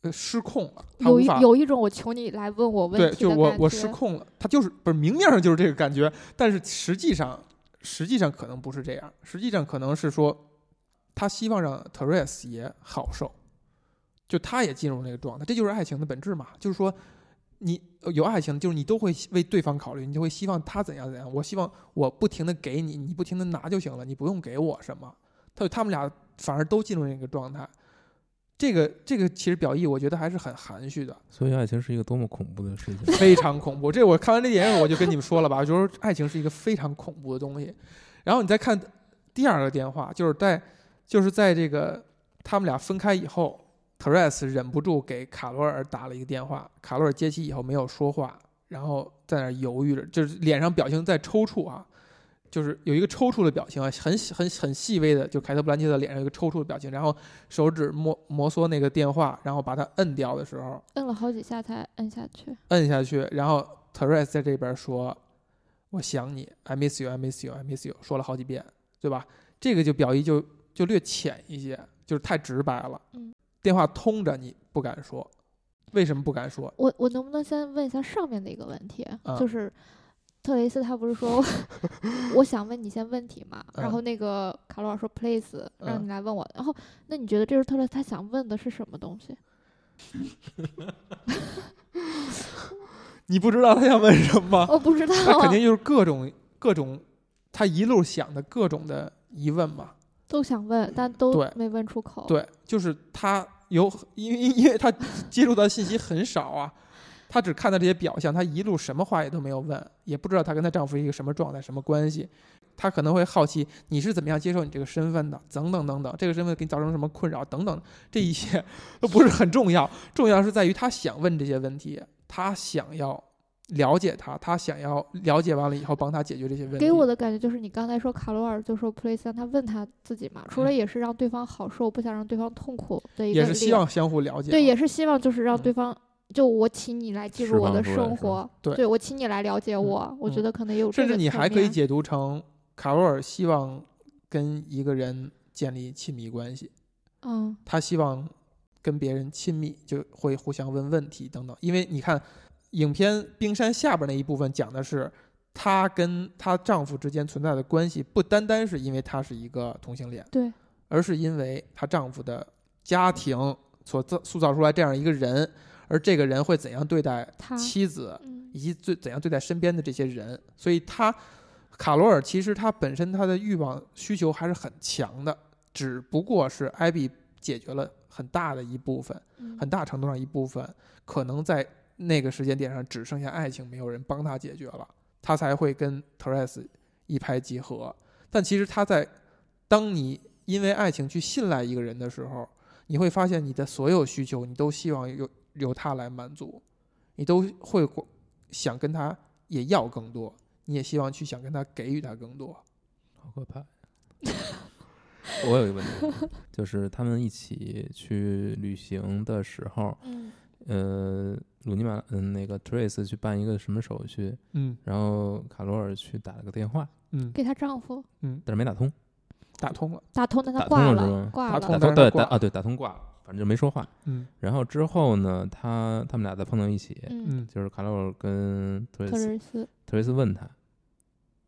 A: 呃失控了，他
C: 有
A: 无
C: 一
A: 法。
C: 有一种我求你来问我问
A: 对，
C: 题
A: 就
C: 的
A: 我
C: 感
A: 我
C: 觉
A: 失控了，他就是不是明面上就是这个感觉，但是实际上实际上可能不是这样，实际上可能是说他希望让 Teres 也好受，就他也进入那个状态，这就是爱情的本质嘛，就是说你呃有爱情，就是你都会为对方考虑，你就会希望他怎样怎样，我希望我不停的给你，你不停的拿就行了，你不用给我什么，他他们俩反而都进入那个状态。这个这个其实表意，我觉得还是很含蓄的，
B: 所以爱情是一个多么恐怖的事情。
A: 非常恐怖。这我看完这电影，我就跟你们说了吧，我就说爱情是一个非常恐怖的东西。然后你再看第二个电话，就是在就是在这个他们俩分开以后，Teres 忍不住给卡罗尔打了一个电话，卡罗尔接起以后没有说话，然后在那儿犹豫着，就是脸上表情在抽搐啊。就是有一个抽搐的表情啊，很很很细微的，就凯特·布兰切特脸上有一个抽搐的表情，然后手指摩摩挲那个电话，然后把它摁掉的时候，
C: 摁了好几下才摁下去。
A: 摁下去，然后 Teres 在这边说：“我想你，I miss you，I miss you，I miss you。”说了好几遍，对吧？这个就表意就就略浅一些，就是太直白了。
C: 嗯
A: 电话通着你不敢说，为什么不敢说？
C: 我我能不能先问一下上面的一个问题，
A: 啊
C: 就是特雷斯他不 是说，我想问你一些问题嘛，然
A: 嗯
C: 后那个卡罗尔说 please，让
A: 嗯
C: 你来问我，然后那你觉得这是特雷斯他想问的是什么东西？
A: 你不知道他想问什么吗？
C: 我不知道
A: 他肯
C: 啊，
A: 定就是各种各种，他一路想的各种的疑问嘛。
C: 都想问，但都
A: 对
C: 没问出口。
A: 对，就是他有，因为因为他接触到的信息很少啊，他只看到这些表象，他一路什么话也都没有问，也不知道她跟她丈夫是一个什么状态、什么关系。她可能会好奇你是怎么样接受你这个身份的，等等等等，这个身份给你造成什么困扰等等，这一切 都不是很重要，重要是在于她想问这些问题，她想要了解他，她想要了解完了以后帮他解决这些问题。
C: 给我的感觉就是，你刚才说卡罗尔就说 please 让他问他自己嘛，除了
A: 嗯
C: 也是让对方好受，不想让对方痛苦的一
A: 也
C: 个理
A: 是
C: 由，
A: 希望相互了解嘛，啊
C: 对，也是希望就是让
A: 嗯
C: 对方、就我请你来进
B: 释
C: 入我
B: 放
C: 的
B: 出来
C: 生
B: 是吧
C: 活，
A: 对
C: 我请你来了解我，我觉
A: 嗯
C: 得可能有这
A: 甚
C: 个
A: 至你
C: 层
A: 还可以
C: 面
A: 解读成卡罗尔希望跟一个人建立亲密关系，
C: 嗯
A: 他希望跟别人亲密，就会互相问问题等等。因为你看，影片《冰山》下边那一部分讲的是她跟她丈夫之间存在的关系，不单单是因为她是一个同性恋，
C: 对，
A: 而是因为她丈夫的家庭所造塑造出来这样一个人，而这个人会怎样对待
C: 他
A: 妻子，
C: 嗯
A: 以及最怎样对待身边的这些人。所以他卡罗尔其实他本身他的欲望需求还是很强的，只不过是艾比解决了很大的一部分，
C: 嗯
A: 很大程度上一部分，可能在那个时间点上只剩下爱情，没有人帮他解决了，他才会跟 Teres 一拍即合。但其实他在当你因为爱情去信赖一个人的时候，你会发现你的所有需求，你都希望由由他来满足，你都会过想跟他也要更多，你也希望去想跟他给予他更多。
B: 好可 怕！我有一个问题，就是他们一起去旅行的时候，
C: 嗯
B: 呃，鲁尼马嗯那个 Trace 去办一个什么手续，
A: 嗯
B: 然后卡罗尔去打了个电话，
A: 嗯，
C: 给她丈夫
B: 但是没打通，
A: 打通了。
C: 打通，但他
B: 打
C: 挂
B: 通了是
C: 了
B: 吗
C: 挂
A: 打
C: 了
A: 通
B: 打
A: 了
B: 通
A: 但
B: 对
A: 是
B: 打
A: 挂
B: 啊对打通挂了，反正就没说话。
A: 嗯
B: 然后之后呢，他他们俩在碰到一起，
C: 嗯，
A: 嗯
B: 就是卡罗尔跟特
C: 特
B: 瑞斯，
C: 瑞斯
B: 特瑞斯问他，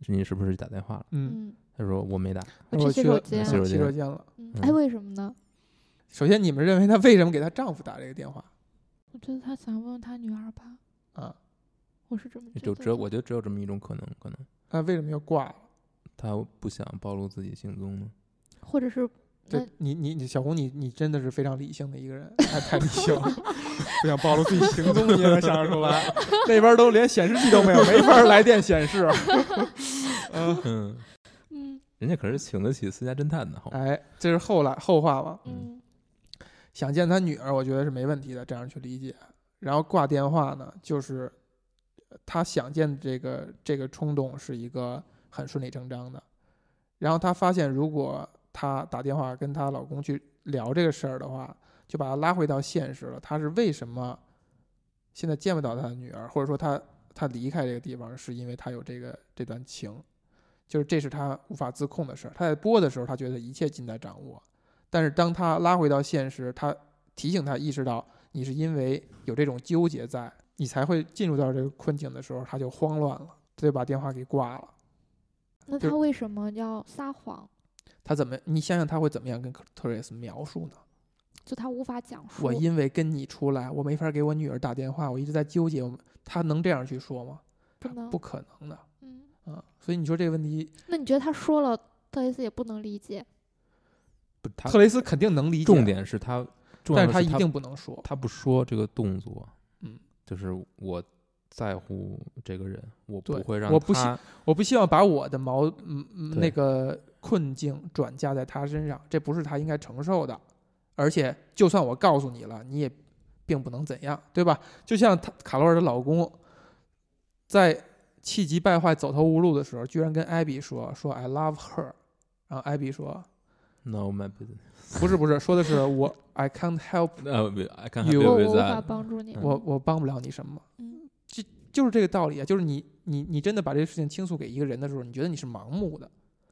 B: 你是不是打电话了？
A: 嗯，
C: 嗯，
B: 他说我没打，
C: 我
A: 去
C: 去洗手
A: 了
C: 间
B: 洗手
A: 洗
B: 间
A: 手间了。
C: 嗯
B: 嗯
C: 哎，为什么呢？
A: 首先，你们认为她为什么给她丈夫打这个电话
C: 我觉得他想问问他女儿吧，
A: 啊？
C: 我是这么觉
B: 就
C: 得
B: 只有
C: 的
B: 我觉得只有这么一种可能，可能
A: 那为什么要挂了？
B: 他不想暴露自己行踪呢。
C: 或者是
A: 对
C: 那
A: 你，你，你，小红，你，你真的是非常理性的一个 人，太太理性了，不想暴露自己行踪，你也能想得出来。 那边都连显示器都没有，没法来电显 示。嗯，
B: 嗯，
C: 嗯
B: 人家可是请得起私家侦探的，好吗？
A: 哎，这是后来后话吧？
C: 嗯
A: 想见他女儿，我觉得是没问题的，这样去理解。然后挂电话呢，就是呃他想见这个这个冲动是一个很顺理成章的。然后她发现，如果她打电话跟她老公去聊这个事儿的话，就把她拉回到现实了。她是为什么现在见不到她的女儿，或者说她她离开这个地方，是因为她有这个这段情，就是这是她无法自控的事儿。她在播的时候，她觉得一切尽在掌握，但是当她拉回到现实，她提醒她意识到你是因为有这种纠结在，你才会进入到这个困境的时候，她就慌乱了，她就把电话给挂了。
C: 那
A: 就
C: 他为什么要撒谎？
A: 他怎么？你想想他会怎么样跟特瑞斯描述呢？
C: 就他无法讲述
A: 我，因为跟你出来，我没法给我女儿打电话，我一直在纠结。我他能这样去说吗？
C: 不
A: 他
C: 能
A: 不可能的啊、
C: 嗯，
A: 嗯所以你说这个问题，
C: 那你觉得他说了，特雷斯也不能理解，
B: 不，他
A: 特雷斯肯定能理解，
B: 重点是他，重要
A: 但
B: 的
A: 是
B: 他
A: 一定不能说。
B: 他不说这个动作，
A: 嗯，
B: 就是我在乎这个人，我不
A: 对
B: 会让
A: 我不
B: 他
A: 我不希望把我的矛嗯嗯
B: 对
A: 那个困境转嫁在他身上，这不是他应该承受的。而且，就算我告诉你了，你也并不能怎样，对吧？就像她卡罗尔的老公，在气急败坏、走投无路的时候，居然跟艾比说：“说 I love her。”然后艾比说
B: no my business，：“
A: 不是，不是，说的是我 I can't help，
B: 呃不，I can't
A: You-
C: 我
B: help you
C: 我无
B: with
C: 法
B: that，
C: 帮助你。
A: 我我帮不了你什么。”
C: 嗯
A: 就是这个道理啊，就是你你你真的把这个事情倾诉给一个人的时候，你觉得你是盲目的，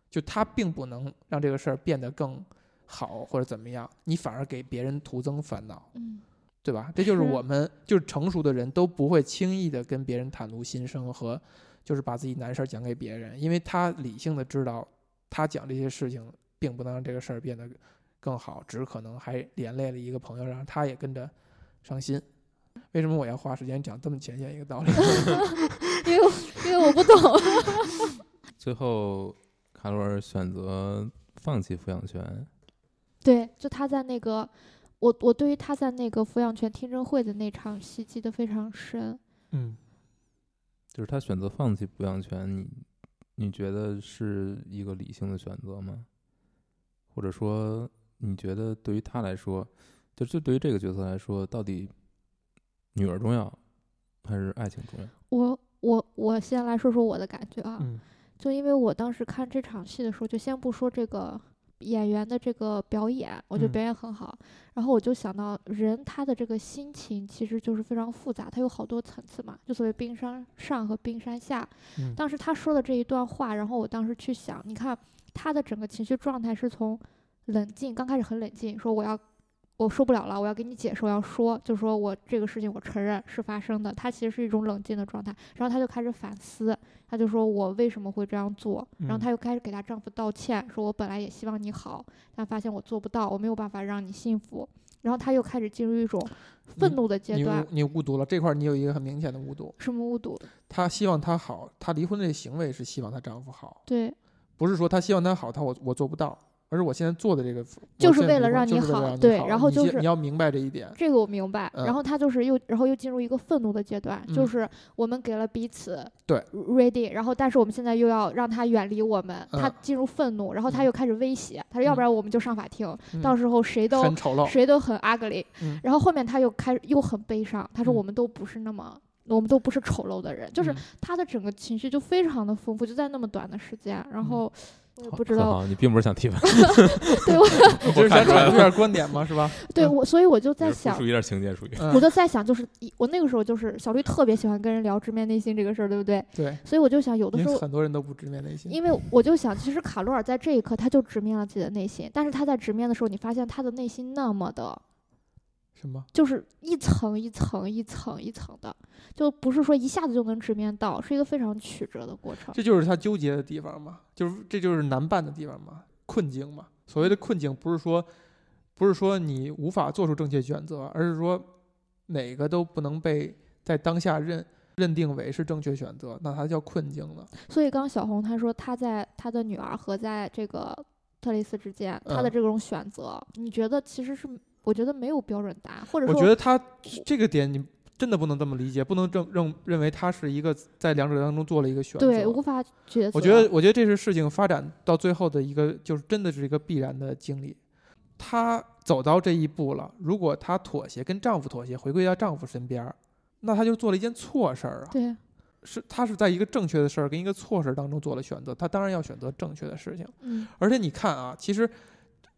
A: 就他并不能让这个事儿变得更好或者怎么样，你反而给别人徒增烦恼。
C: 嗯，
A: 对吧？这就是
C: 是
A: 我们就是成熟的人都不会轻易的跟别人袒露心声和就是把自己难事儿讲给别人，因为他理性的知道他讲这些事情并不能让这个事儿变得更好，只可能还连累了一个朋友，让他也跟着伤心。为什么我要花时间讲这么浅显一个道理？
C: 因为我因为我不懂，
B: 最后，卡罗尔选择放弃抚养权。
C: 对，就他在那个，我我对于他在那个抚养权听证会的那场戏记得非常深。
A: 嗯，
B: 就是他选择放弃抚养权，你你觉得是一个理性的选择吗？或者说，你觉得对于他来说，就就对于这个角色来说，到底女儿重要还是爱情重要？
C: 我我我先来说说我的感觉啊，
A: 嗯
C: 就因为我当时看这场戏的时候，就先不说这个演员的这个表演，我觉得
A: 嗯
C: 表演很好，然后我就想到人他的这个心情其实就是非常复杂，他有好多层次嘛，就所谓冰山上和冰山下。
A: 嗯
C: 当时他说的这一段话，然后我当时去想，你看他的整个情绪状态是从冷静，刚开始很冷静，说我要。我受不了了，我要给你解释，我要说，就说我这个事情我承认是发生的，他其实是一种冷静的状态，然后他就开始反思，他就说我为什么会这样做，然后
A: 嗯
C: 她又开始给她丈夫道歉，说我本来也希望你好，但发现我做不到，我没有办法让你幸福。然后她又开始进入一种愤怒的阶
A: 你
C: 段
A: 误，你误读了这块，你有一个很明显的误读。
C: 什么误读？
A: 她希望他好，她离婚这行为是希望她丈夫好，
C: 对，
A: 不是说她希望他好，她我我做不到，而是我现在做的这个，
C: 就
A: 我
C: 是
A: 现在
C: 为
A: 离
C: 了
A: 婚
C: 让
A: 就
C: 你
A: 是为了
C: 好
A: 让你
C: 对
A: 好
C: 然后
A: 你
C: 就
A: 先
C: 是
A: 你要明白这一点，
C: 这个我明白。
A: 嗯
C: 然后她就是又，然后又进入一个愤怒的阶段，
A: 嗯
C: 就是我们给了彼此
A: 对
C: ready，然后但是我们现在又要让她远离我们，她
A: 嗯
C: 进入愤怒，然后她
A: 嗯
C: 又开始威胁，她说要不
A: 嗯
C: 然我们就上法庭，
A: 嗯
C: 到时候谁都
A: 很丑陋，
C: 谁都很 ugly，、
A: 嗯
C: 然后后面他又开始又很悲伤，他说
A: 嗯
C: 我们都不是那么，我们都不是丑陋的人，就是
A: 嗯
C: 他的整个情绪就非常的丰富，就在那么短的时间，
A: 嗯
C: 然后我也
B: 嗯好
C: 不知
B: 很
C: 道，
B: 好，你并不是想提问，
C: 对我
A: 你这是
B: 嗯
A: 想
B: 看出
A: 阐
B: 来了
A: 述一下观点吗？是吧？
C: 对
A: 嗯
C: 我，所以我就
B: 你
C: 在
B: 是不
C: 想
B: 属。于有点情节，属于
C: 我
A: 嗯，
C: 就在想，就是一我那个时候就是小绿特别喜欢跟人聊直面内心这个事儿，对不对？
A: 对，
C: 所以我就想，有的
A: 因
C: 时候
A: 为很多人都不直面内心，
C: 因为我就想，其实卡罗尔在这一刻他就直面了自己的内心，但是他在直面的时候，你发现他的内心那么的
A: 什么？
C: 就是一层一层一层一层的，就不是说一下子就能直面到，是一个非常曲折的过程。
A: 这就是他纠结的地方嘛，就是这就是难办的地方嘛，困境嘛。所谓的困境，不是说不是说你无法做出正确选择，而是说哪个都不能被在当下认认定为是正确选择，那它叫困境了。
C: 所以刚刚小红她说她在她的女儿和在这个特蕾斯之间，她的
A: 嗯
C: 这种选择，你觉得其实是我觉得没有标准答案，或者
A: 我
C: 说
A: 觉得他这个点你真的不能这么理解，不能认认认为他是一个在两者当中做了一个选择。
C: 对无法抉择。
A: 我觉得，我觉得这是事情发展到最后的一个，就是真的是一个必然的经历。她走到这一步了，如果她妥协，跟丈夫妥协，回归到丈夫身边儿，那她就做了一件错事儿啊。
C: 对
A: 是，她是在一个正确的事儿跟一个错事儿当中做了选择，她当然要选择正确的事情。
C: 嗯，
A: 而且你看啊，其实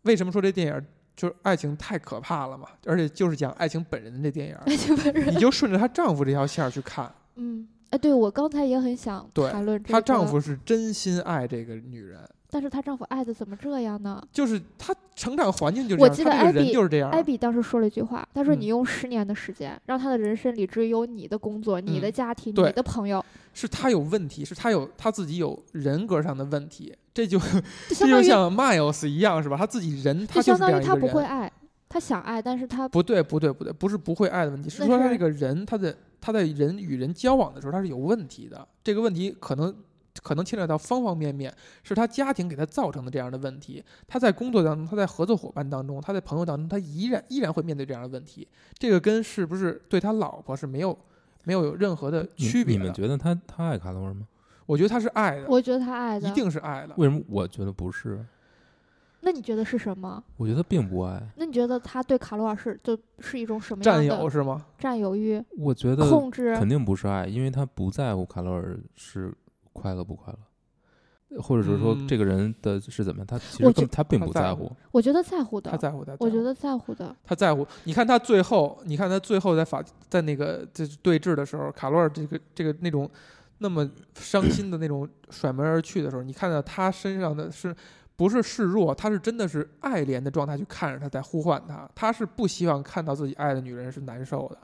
A: 为什么说这电影儿就是爱情太可怕了嘛？而且就是讲爱情本人的这电影儿
C: 爱情本
A: 你
C: 人
A: 就顺着她丈夫这条线儿去看，
C: 嗯哎，对我刚才也很想
A: 对
C: 谈论这
A: 她
C: 个
A: 丈，夫是真心爱这个女人。
C: 但是她丈夫爱的怎么这样呢？
A: 就是他成长环境就是
C: 我
A: 这样，
C: 记得
A: 他这个
C: 艾
A: 人
C: 比
A: 就是这样。
C: 艾比当时说了一句话，他说：“
A: 啊嗯
C: 你用十年的时间，让他的人生里只有你的工作、你的
A: 嗯
C: 家庭、
A: 对
C: 你的朋友，
A: 是他有问题，是他有他自己有人格上的问题，这就
C: 就
A: 这
C: 相
A: 就
C: 当于
A: 像 Miles 一样是吧？他自己人，他
C: 就
A: 就
C: 相
A: 是这
C: 当
A: 样
C: 于
A: 一
C: 他
A: 个
C: 不会
A: 人。
C: 爱，他想爱，但是他
A: 不对，不对，不对，不是不会爱的问题，是
C: 那
A: 说他
C: 是
A: 这个人，他的他在人与人交往的时候，他是有问题的。这个问题可能可能牵扯到方方面面，是他家庭给他造成的这样的问题。他在工作当中，他在合作伙伴当中，他在朋友当中，他依然依然会面对这样的问题。这个跟是不是对他老婆是没有没有有任何的
B: 你
A: 区别
B: 你
A: 的
C: 啊
B: 们觉得他他爱卡罗尔吗？
A: 我觉得他是爱的，
C: 我觉得他爱的
A: 啊一。定是爱的。
B: 为什么我觉得不是？
C: 那你觉得是什么？
B: 我觉得并不爱，
C: 那你觉得他对卡罗尔是就是一种什么样
A: 占
C: 的
A: 有是吗？
C: 占有欲、
B: 我觉得
C: 控制？
B: 肯定不是爱，因为他不在乎卡罗尔是快乐不快乐，或者是说
A: 嗯
B: 这个人的是怎么样，他其
C: 我
B: 实
C: 觉
B: 根他并
A: 他
B: 不
A: 在
B: 在
A: 乎
B: 乎。
C: 我觉得在乎的
A: 他，在乎，他在乎
C: 我觉得在乎的。
A: 他在乎。你看他最后，你看他最后在法在那个就是对峙的时候，卡罗尔这个这个那种那么伤心的那种甩门而去的时候，你看到他身上的是不是示弱，他是真的是爱怜的状态去看着他，在呼唤他。他是不希望看到自己爱的女人是难受的，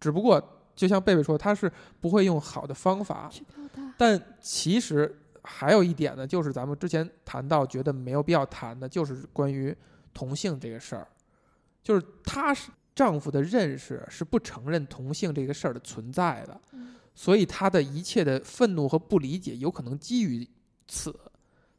A: 只不过就像贝贝说，他是不会用好的方法。
C: 去表达。
A: 但其实还有一点呢，就是咱们之前谈到觉得没有必要谈的，就是关于同性这个事儿，就是她是丈夫的认识是不承认同性这个事儿的存在的。
C: 嗯
A: 所以他的一切的愤怒和不理解有可能基于此，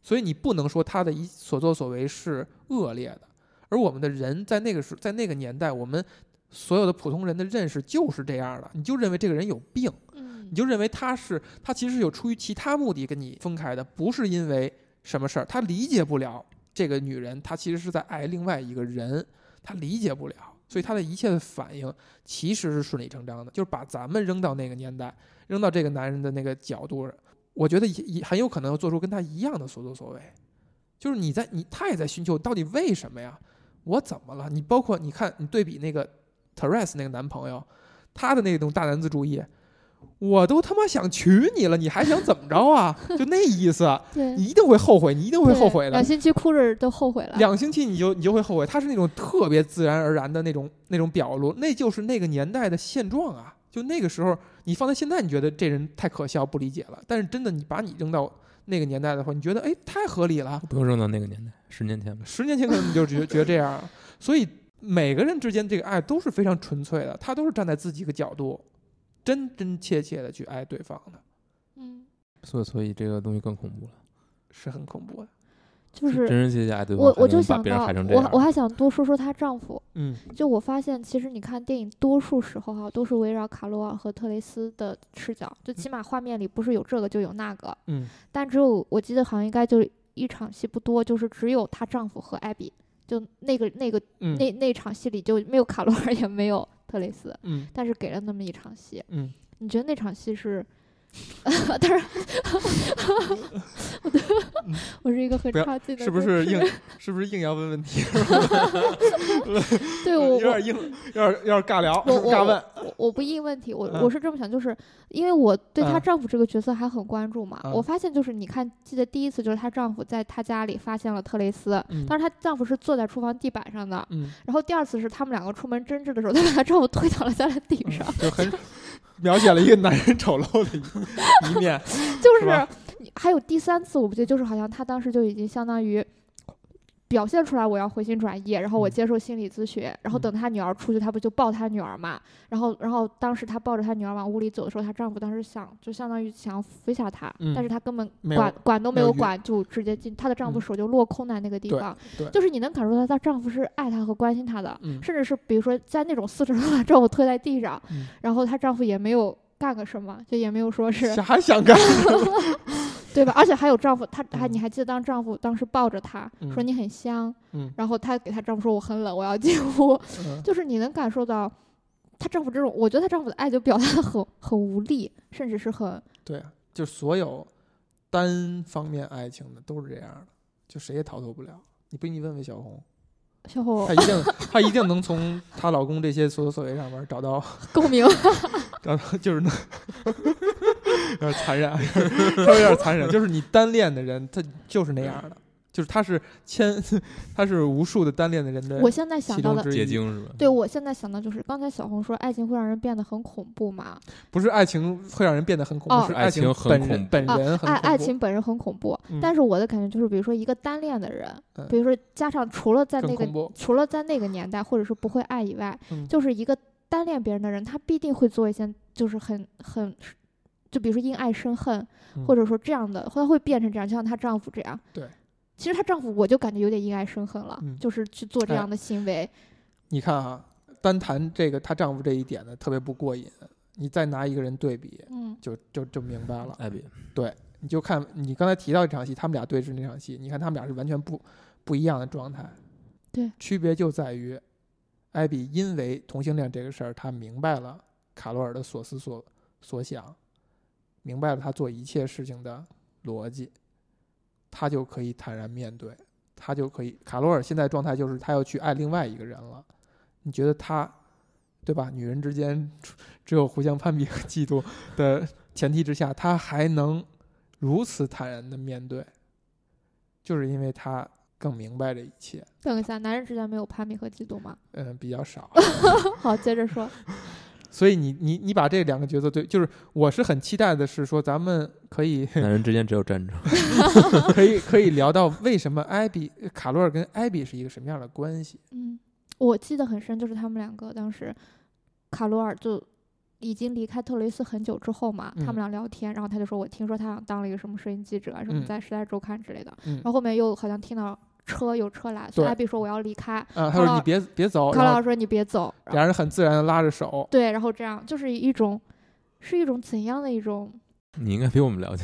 A: 所以你不能说他的一所作所为是恶劣的。而我们的人在那个时，在那个年代，我们所有的普通人的认识就是这样的，你就认为这个人有病，
C: 嗯
A: 你就认为他是他其实有出于其他目的跟你分开的，不是因为什么事儿，他理解不了这个女人，她其实是在爱另外一个人，他理解不了，所以他的一切的反应其实是顺理成章的，就是把咱们扔到那个年代，扔到这个男人的那个角度，我觉得也也很有可能做出跟他一样的所作所为，就是你在你他也在寻求到底为什么呀？我怎么了？你包括你看你对比那个 Teres 那个男朋友，他的那种大男子主义，我都他妈想娶你了，你还想怎么着啊？就那意思，
C: 对，
A: 你一定会后悔，你一定会
C: 对
A: 后悔的
C: 两。星期哭着都后悔了。
A: 两星期你就你就会后悔，他是那种特别自然而然的那种那种表露，那就是那个年代的现状啊。就那个时候，你放在现在，你觉得这人太可笑不理解了，但是真的你把你扔到那个年代的话，你觉得哎太合理了。
B: 不用扔到那个年代，十年前吧。
A: 十年前可能你就觉觉得 这样，所以每个人之间这个爱都是非常纯粹的，他都是站在自己的角度，真真切切的去爱对方的，
C: 嗯，
B: 所以，所以这个东西更恐怖了，
A: 是很恐怖的。
C: 就
B: 真
C: 是
B: 真切切爱对方，
C: 我
B: 还
C: 我就
B: 能把
C: 想
B: 别人
C: 到
B: 害成，这
C: 我我
B: 样。
C: 还想多说说她丈夫。
A: 嗯
C: 就我发现，其实你看电影，多数时候哈、都是围绕卡罗尔和特蕾斯的视角，就起码画面里不是有这个就有那个，
A: 嗯
C: 但只有我记得好像应该就一场戏不多，就是只有她丈夫和艾比，就那个那个
A: 嗯
C: 那那场戏里就没有卡罗尔，也没有特蕾斯，
A: 嗯
C: 但是给了那么一场戏。
A: 嗯，
C: 你觉得那场戏是？ 当然，我的 我是一个
A: 嗯
C: 很
A: 不要
C: 差劲的，
A: 是不是硬？ 是不是硬要问问题？啊
C: 对我
A: 有
C: 我
A: 点硬，有点有点尬聊，
C: 我
A: 是不是尬
C: 我
A: 问。
C: 我我不应问题，我、
A: 嗯
C: 我是这么想，就是因为我对她
A: 嗯
C: 丈夫这个角色还很关注嘛。
A: 嗯
C: 我发现就是你看，记得第一次就是她丈夫在她家里发现了特蕾斯，
A: 嗯
C: 当时她丈夫是坐在厨房地板上的。
A: 嗯，
C: 然后第二次是他们两个出门争执的时候，她把她丈夫推倒了在了地上，
A: 就很描写了一个男人丑陋的一一面。
C: 就是
A: 吧
C: 是你还有第三次，我不记得，就是好像她当时就已经相当于。表现出来我要回心转意，然后我
A: 嗯
C: 接受心理咨询，然后等她女儿出去，她不就抱她女儿嘛？然后，然后当时她抱着她女儿往屋里走的时候，她丈夫当时想，就相当于想要扶一下她，
A: 嗯
C: 但是她根本
A: 没有
C: 管管都
A: 没
C: 没
A: 有
C: 有
A: 用
C: 管，就直接进她的丈夫
A: 嗯
C: 手就落空在那个地
A: 对
C: 方，
A: 对
C: 就是你能感受到她丈夫是爱她和关心她的，
A: 嗯
C: 甚至是比如说在那种四十度把丈夫推在地上，
A: 嗯
C: 然后她丈夫也没有干个什么，就也没有说是
A: 啥还想 干？
C: 对吧？而且还有丈夫，她还
A: 嗯
C: 你还记得当丈夫当时抱着她说
A: 嗯
C: 你很香，
A: 嗯
C: 然后她给她丈夫说我很冷，我要进屋，
A: 嗯
C: 就是你能感受到她丈夫这种，我觉得她丈夫的爱就表达的很很无力，甚至是很
A: 对啊，就所有单方面爱情的都是这样的，就谁也逃脱不了。你不信你问问小红，
C: 小伙
A: 她一定她一定能从她老公这些所作所为上面找到
C: 共鸣。
A: 找到 就是能有点残忍啊，稍微有点残忍，就是你单恋的人他就是那样的，就是他是千他是无数的单恋的人的
C: 我现在想
A: 其
C: 到
A: 中
C: 的，
A: 之一
B: 结。晶 是吧？
C: 对我现在想到就是刚才小红说爱情会让人变得很恐怖嘛，
A: 不是爱情会让人变得很恐怖，
C: 哦
A: 是
B: 爱情
A: 情
B: 很
A: 本
B: 恐
A: 人
B: 怖
A: 本
C: 啊
A: 人很恐怖。
C: 爱爱情本身很恐怖，
A: 嗯
C: 但是我的感觉就是，比如说一个单恋的人，
A: 嗯
C: 比如说加上除了在
A: 更
C: 那个
A: 恐怖
C: 除了在那个年代，或者是不会爱以外，
A: 嗯
C: 就是一个单恋别人的人，他必定会做一些就是很很，就比如说因爱生恨，
A: 嗯
C: 或者说这样的，他会变成这样，就像她丈夫这样。
A: 对。
C: 其实她丈夫，我就感觉有点因爱生恨了，
A: 嗯
C: 就是去做这
A: 哎
C: 样的行为。
A: 你看啊，单谈这个她丈夫这一点呢，特别不过瘾。你再拿一个人对比，
C: 嗯，
A: 就就就明白了。
B: 艾比，
A: 你就看你刚才提到这场戏，他们俩对峙那场戏，你看他们俩是完全不不一样的状态。
C: 对，
A: 区别就在于，艾比因为同性恋这个事儿，她明白了卡罗尔的所思所所想，明白了他做一切事情的逻辑，他就可以坦然面对，他就可以。卡罗尔现在状态就是他要去爱另外一个人了，你觉得他？对吧？女人之间 只有互相攀比和嫉妒的前提之下，他还能如此坦然的面对，就是因为他更明白这一切。
C: 等一下，男人之间没有攀比和嫉妒吗？
A: 嗯，比较 少，
C: 好，接着说。
A: 所以你你你把这两个角色对，就是我是很期待的是说咱们可 以
B: 男人之间只有战争。
A: 可以可以聊到为什么艾比卡罗尔跟艾比是一个什么样的关系？
C: 嗯，我记得很深，就是他们两个当时，卡罗尔就已经离开特雷斯很久之后嘛，他
A: 嗯
C: 们俩聊天，然后他就说：“我听说他想当了一个什么摄影记者啊，什么
A: 嗯
C: 在《时代周刊》之类的。
A: 嗯
C: 然后后面又好像听到车有车来，所以
A: 对
C: 艾比说：“我要离开。
A: 啊，
C: 卡
A: 他
C: 罗
A: 说
C: 尔
A: 你别别”走，
C: 卡罗
A: 然
C: 尔
A: 后
C: 说：“你别走。然后
A: 俩人很自然的拉着手”，
C: 对，然后这样就是一种，是一种怎样的一种？
B: 你应该比我们了解。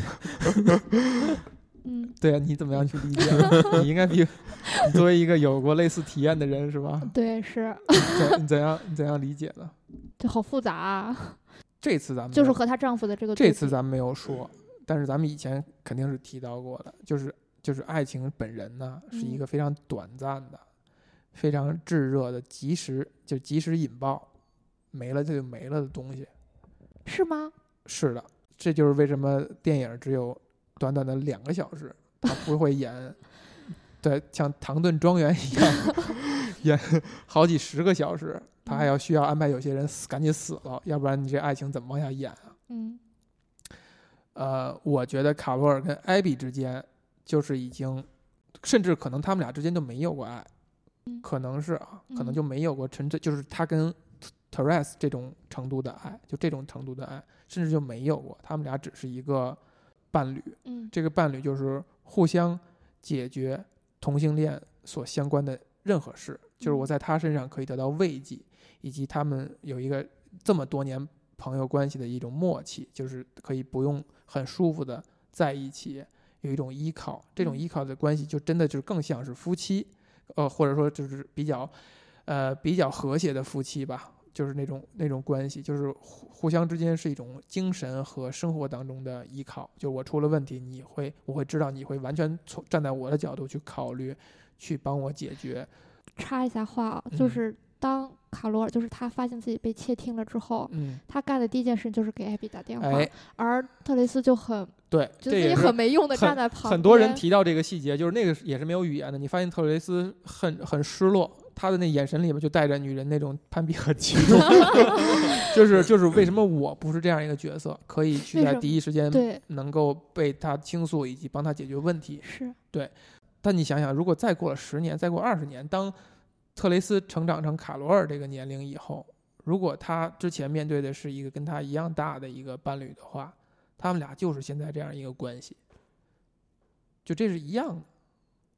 C: 嗯，
A: 对啊，你怎么样去理 解？你应该比你作为一个有过类似体验的人是吧？
C: 对，是，
A: 怎你怎样你怎样理解的？
C: 就好复杂、啊，
A: 这次咱们没
C: 就
A: 有
C: 是和她丈夫的这个对
A: 嗯这
C: 比
A: 次咱们没有说，但是咱们以前肯定是提到过的，就是就是爱情本人呢是一
C: 嗯
A: 个非常短暂的、非常炙热的、及时就及时引爆，没了就没了的东西。
C: 是吗？
A: 是的，这就是为什么电影只有短短的两个小时，他不会演，对，像《唐顿庄园》一样 演好几十个小时，他
C: 嗯
A: 还要需要安排有些人死，赶紧死了，要不然你这爱情怎么往下演啊？
C: 嗯
A: 呃，我觉得卡罗尔跟艾比之间就是已经，甚至可能他们俩之间就没有过爱，
C: 嗯
A: 可能是啊，可能
C: 嗯
A: 就没有过纯粹就是他跟 t e r e s 这种程度的爱，就这种程度的爱，甚至就没有过，他们俩只是一个伴侣，
C: 嗯
A: 这个伴侣就是互相解决同性恋所相关的任何事，就是我
C: 嗯
A: 在他身上可以得到慰藉，以及他们有一个这么多年朋友关系的一种默契，就是可以不用很舒服的在一起，有一种依靠。这种
C: 嗯
A: 依靠的关系就真的就是更像是夫妻，呃，或者说就是比较，呃，比较和谐的夫妻吧。就是那种那种关系，就是互互相之间是一种精神和生活当中的依靠。就我出了问题，你会我会知道你会完全从站在我的角度去考虑，去帮我解决。
C: 插一下话啊，就
A: 嗯
C: 是当卡罗尔就是他发现自己被窃听了之后，
A: 嗯，
C: 他干的第一件事就是给艾比打电话，
A: 哎，
C: 而特雷嗯斯就很
A: 对，这
C: 觉得自己
A: 也
C: 很
A: 是
C: 没用的
A: 很
C: 站在旁边。
A: 很多人提到这个细节，就是那个是也是没有语言的。你发现特雷斯很很失落，他的那眼神里面就带着女人那种攀比和嫉 妒，就是就是为什么我不是这样一个角色，可以去
C: 为
A: 在
C: 什么
A: 第一时间
C: 对
A: 能够被他倾诉以及帮他解决问题。
C: 是
A: 但你想想，如果再过了十年，再过二十年，当特雷斯成长成卡罗尔这个年龄以后，如果他之前面对的是一个跟他一样大的一个伴侣的话，他们俩就是现在这样一个关系，就这是一样的。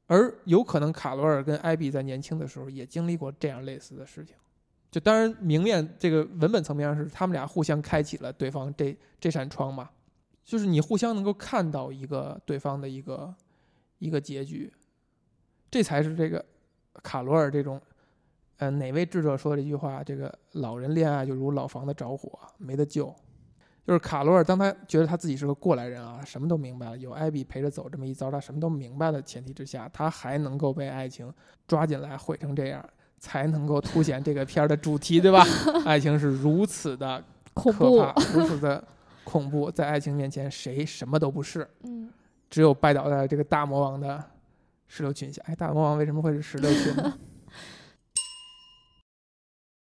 A: 而有可能卡罗尔跟艾比在年轻的时候也经历过这样类似的事情，就当然明面这个文本层面上是他们俩互相开启了对方这这扇窗嘛，就是你互相能够看到一个对方的一个一个结局，这才是这个卡罗尔这种，呃，哪位智者说的一句话？这个老人恋爱就如老房子着火，没得救。就是卡罗尔，当他觉得他自己是个过来人啊，什么都明白了，有艾比陪着走这么一遭，他什么都明白的前提之下，他还能够被爱情抓进来，毁成这样，才能够凸显这个片儿的主题，对吧？ 爱情是如此的
C: 恐
A: 可
C: 怖
A: 怕，，如此的恐怖，在爱情面前，谁什么都不是。
C: 嗯，
A: 只有拜倒在这个大魔王的石榴裙下。哎，大魔王为什么会是石榴裙呢？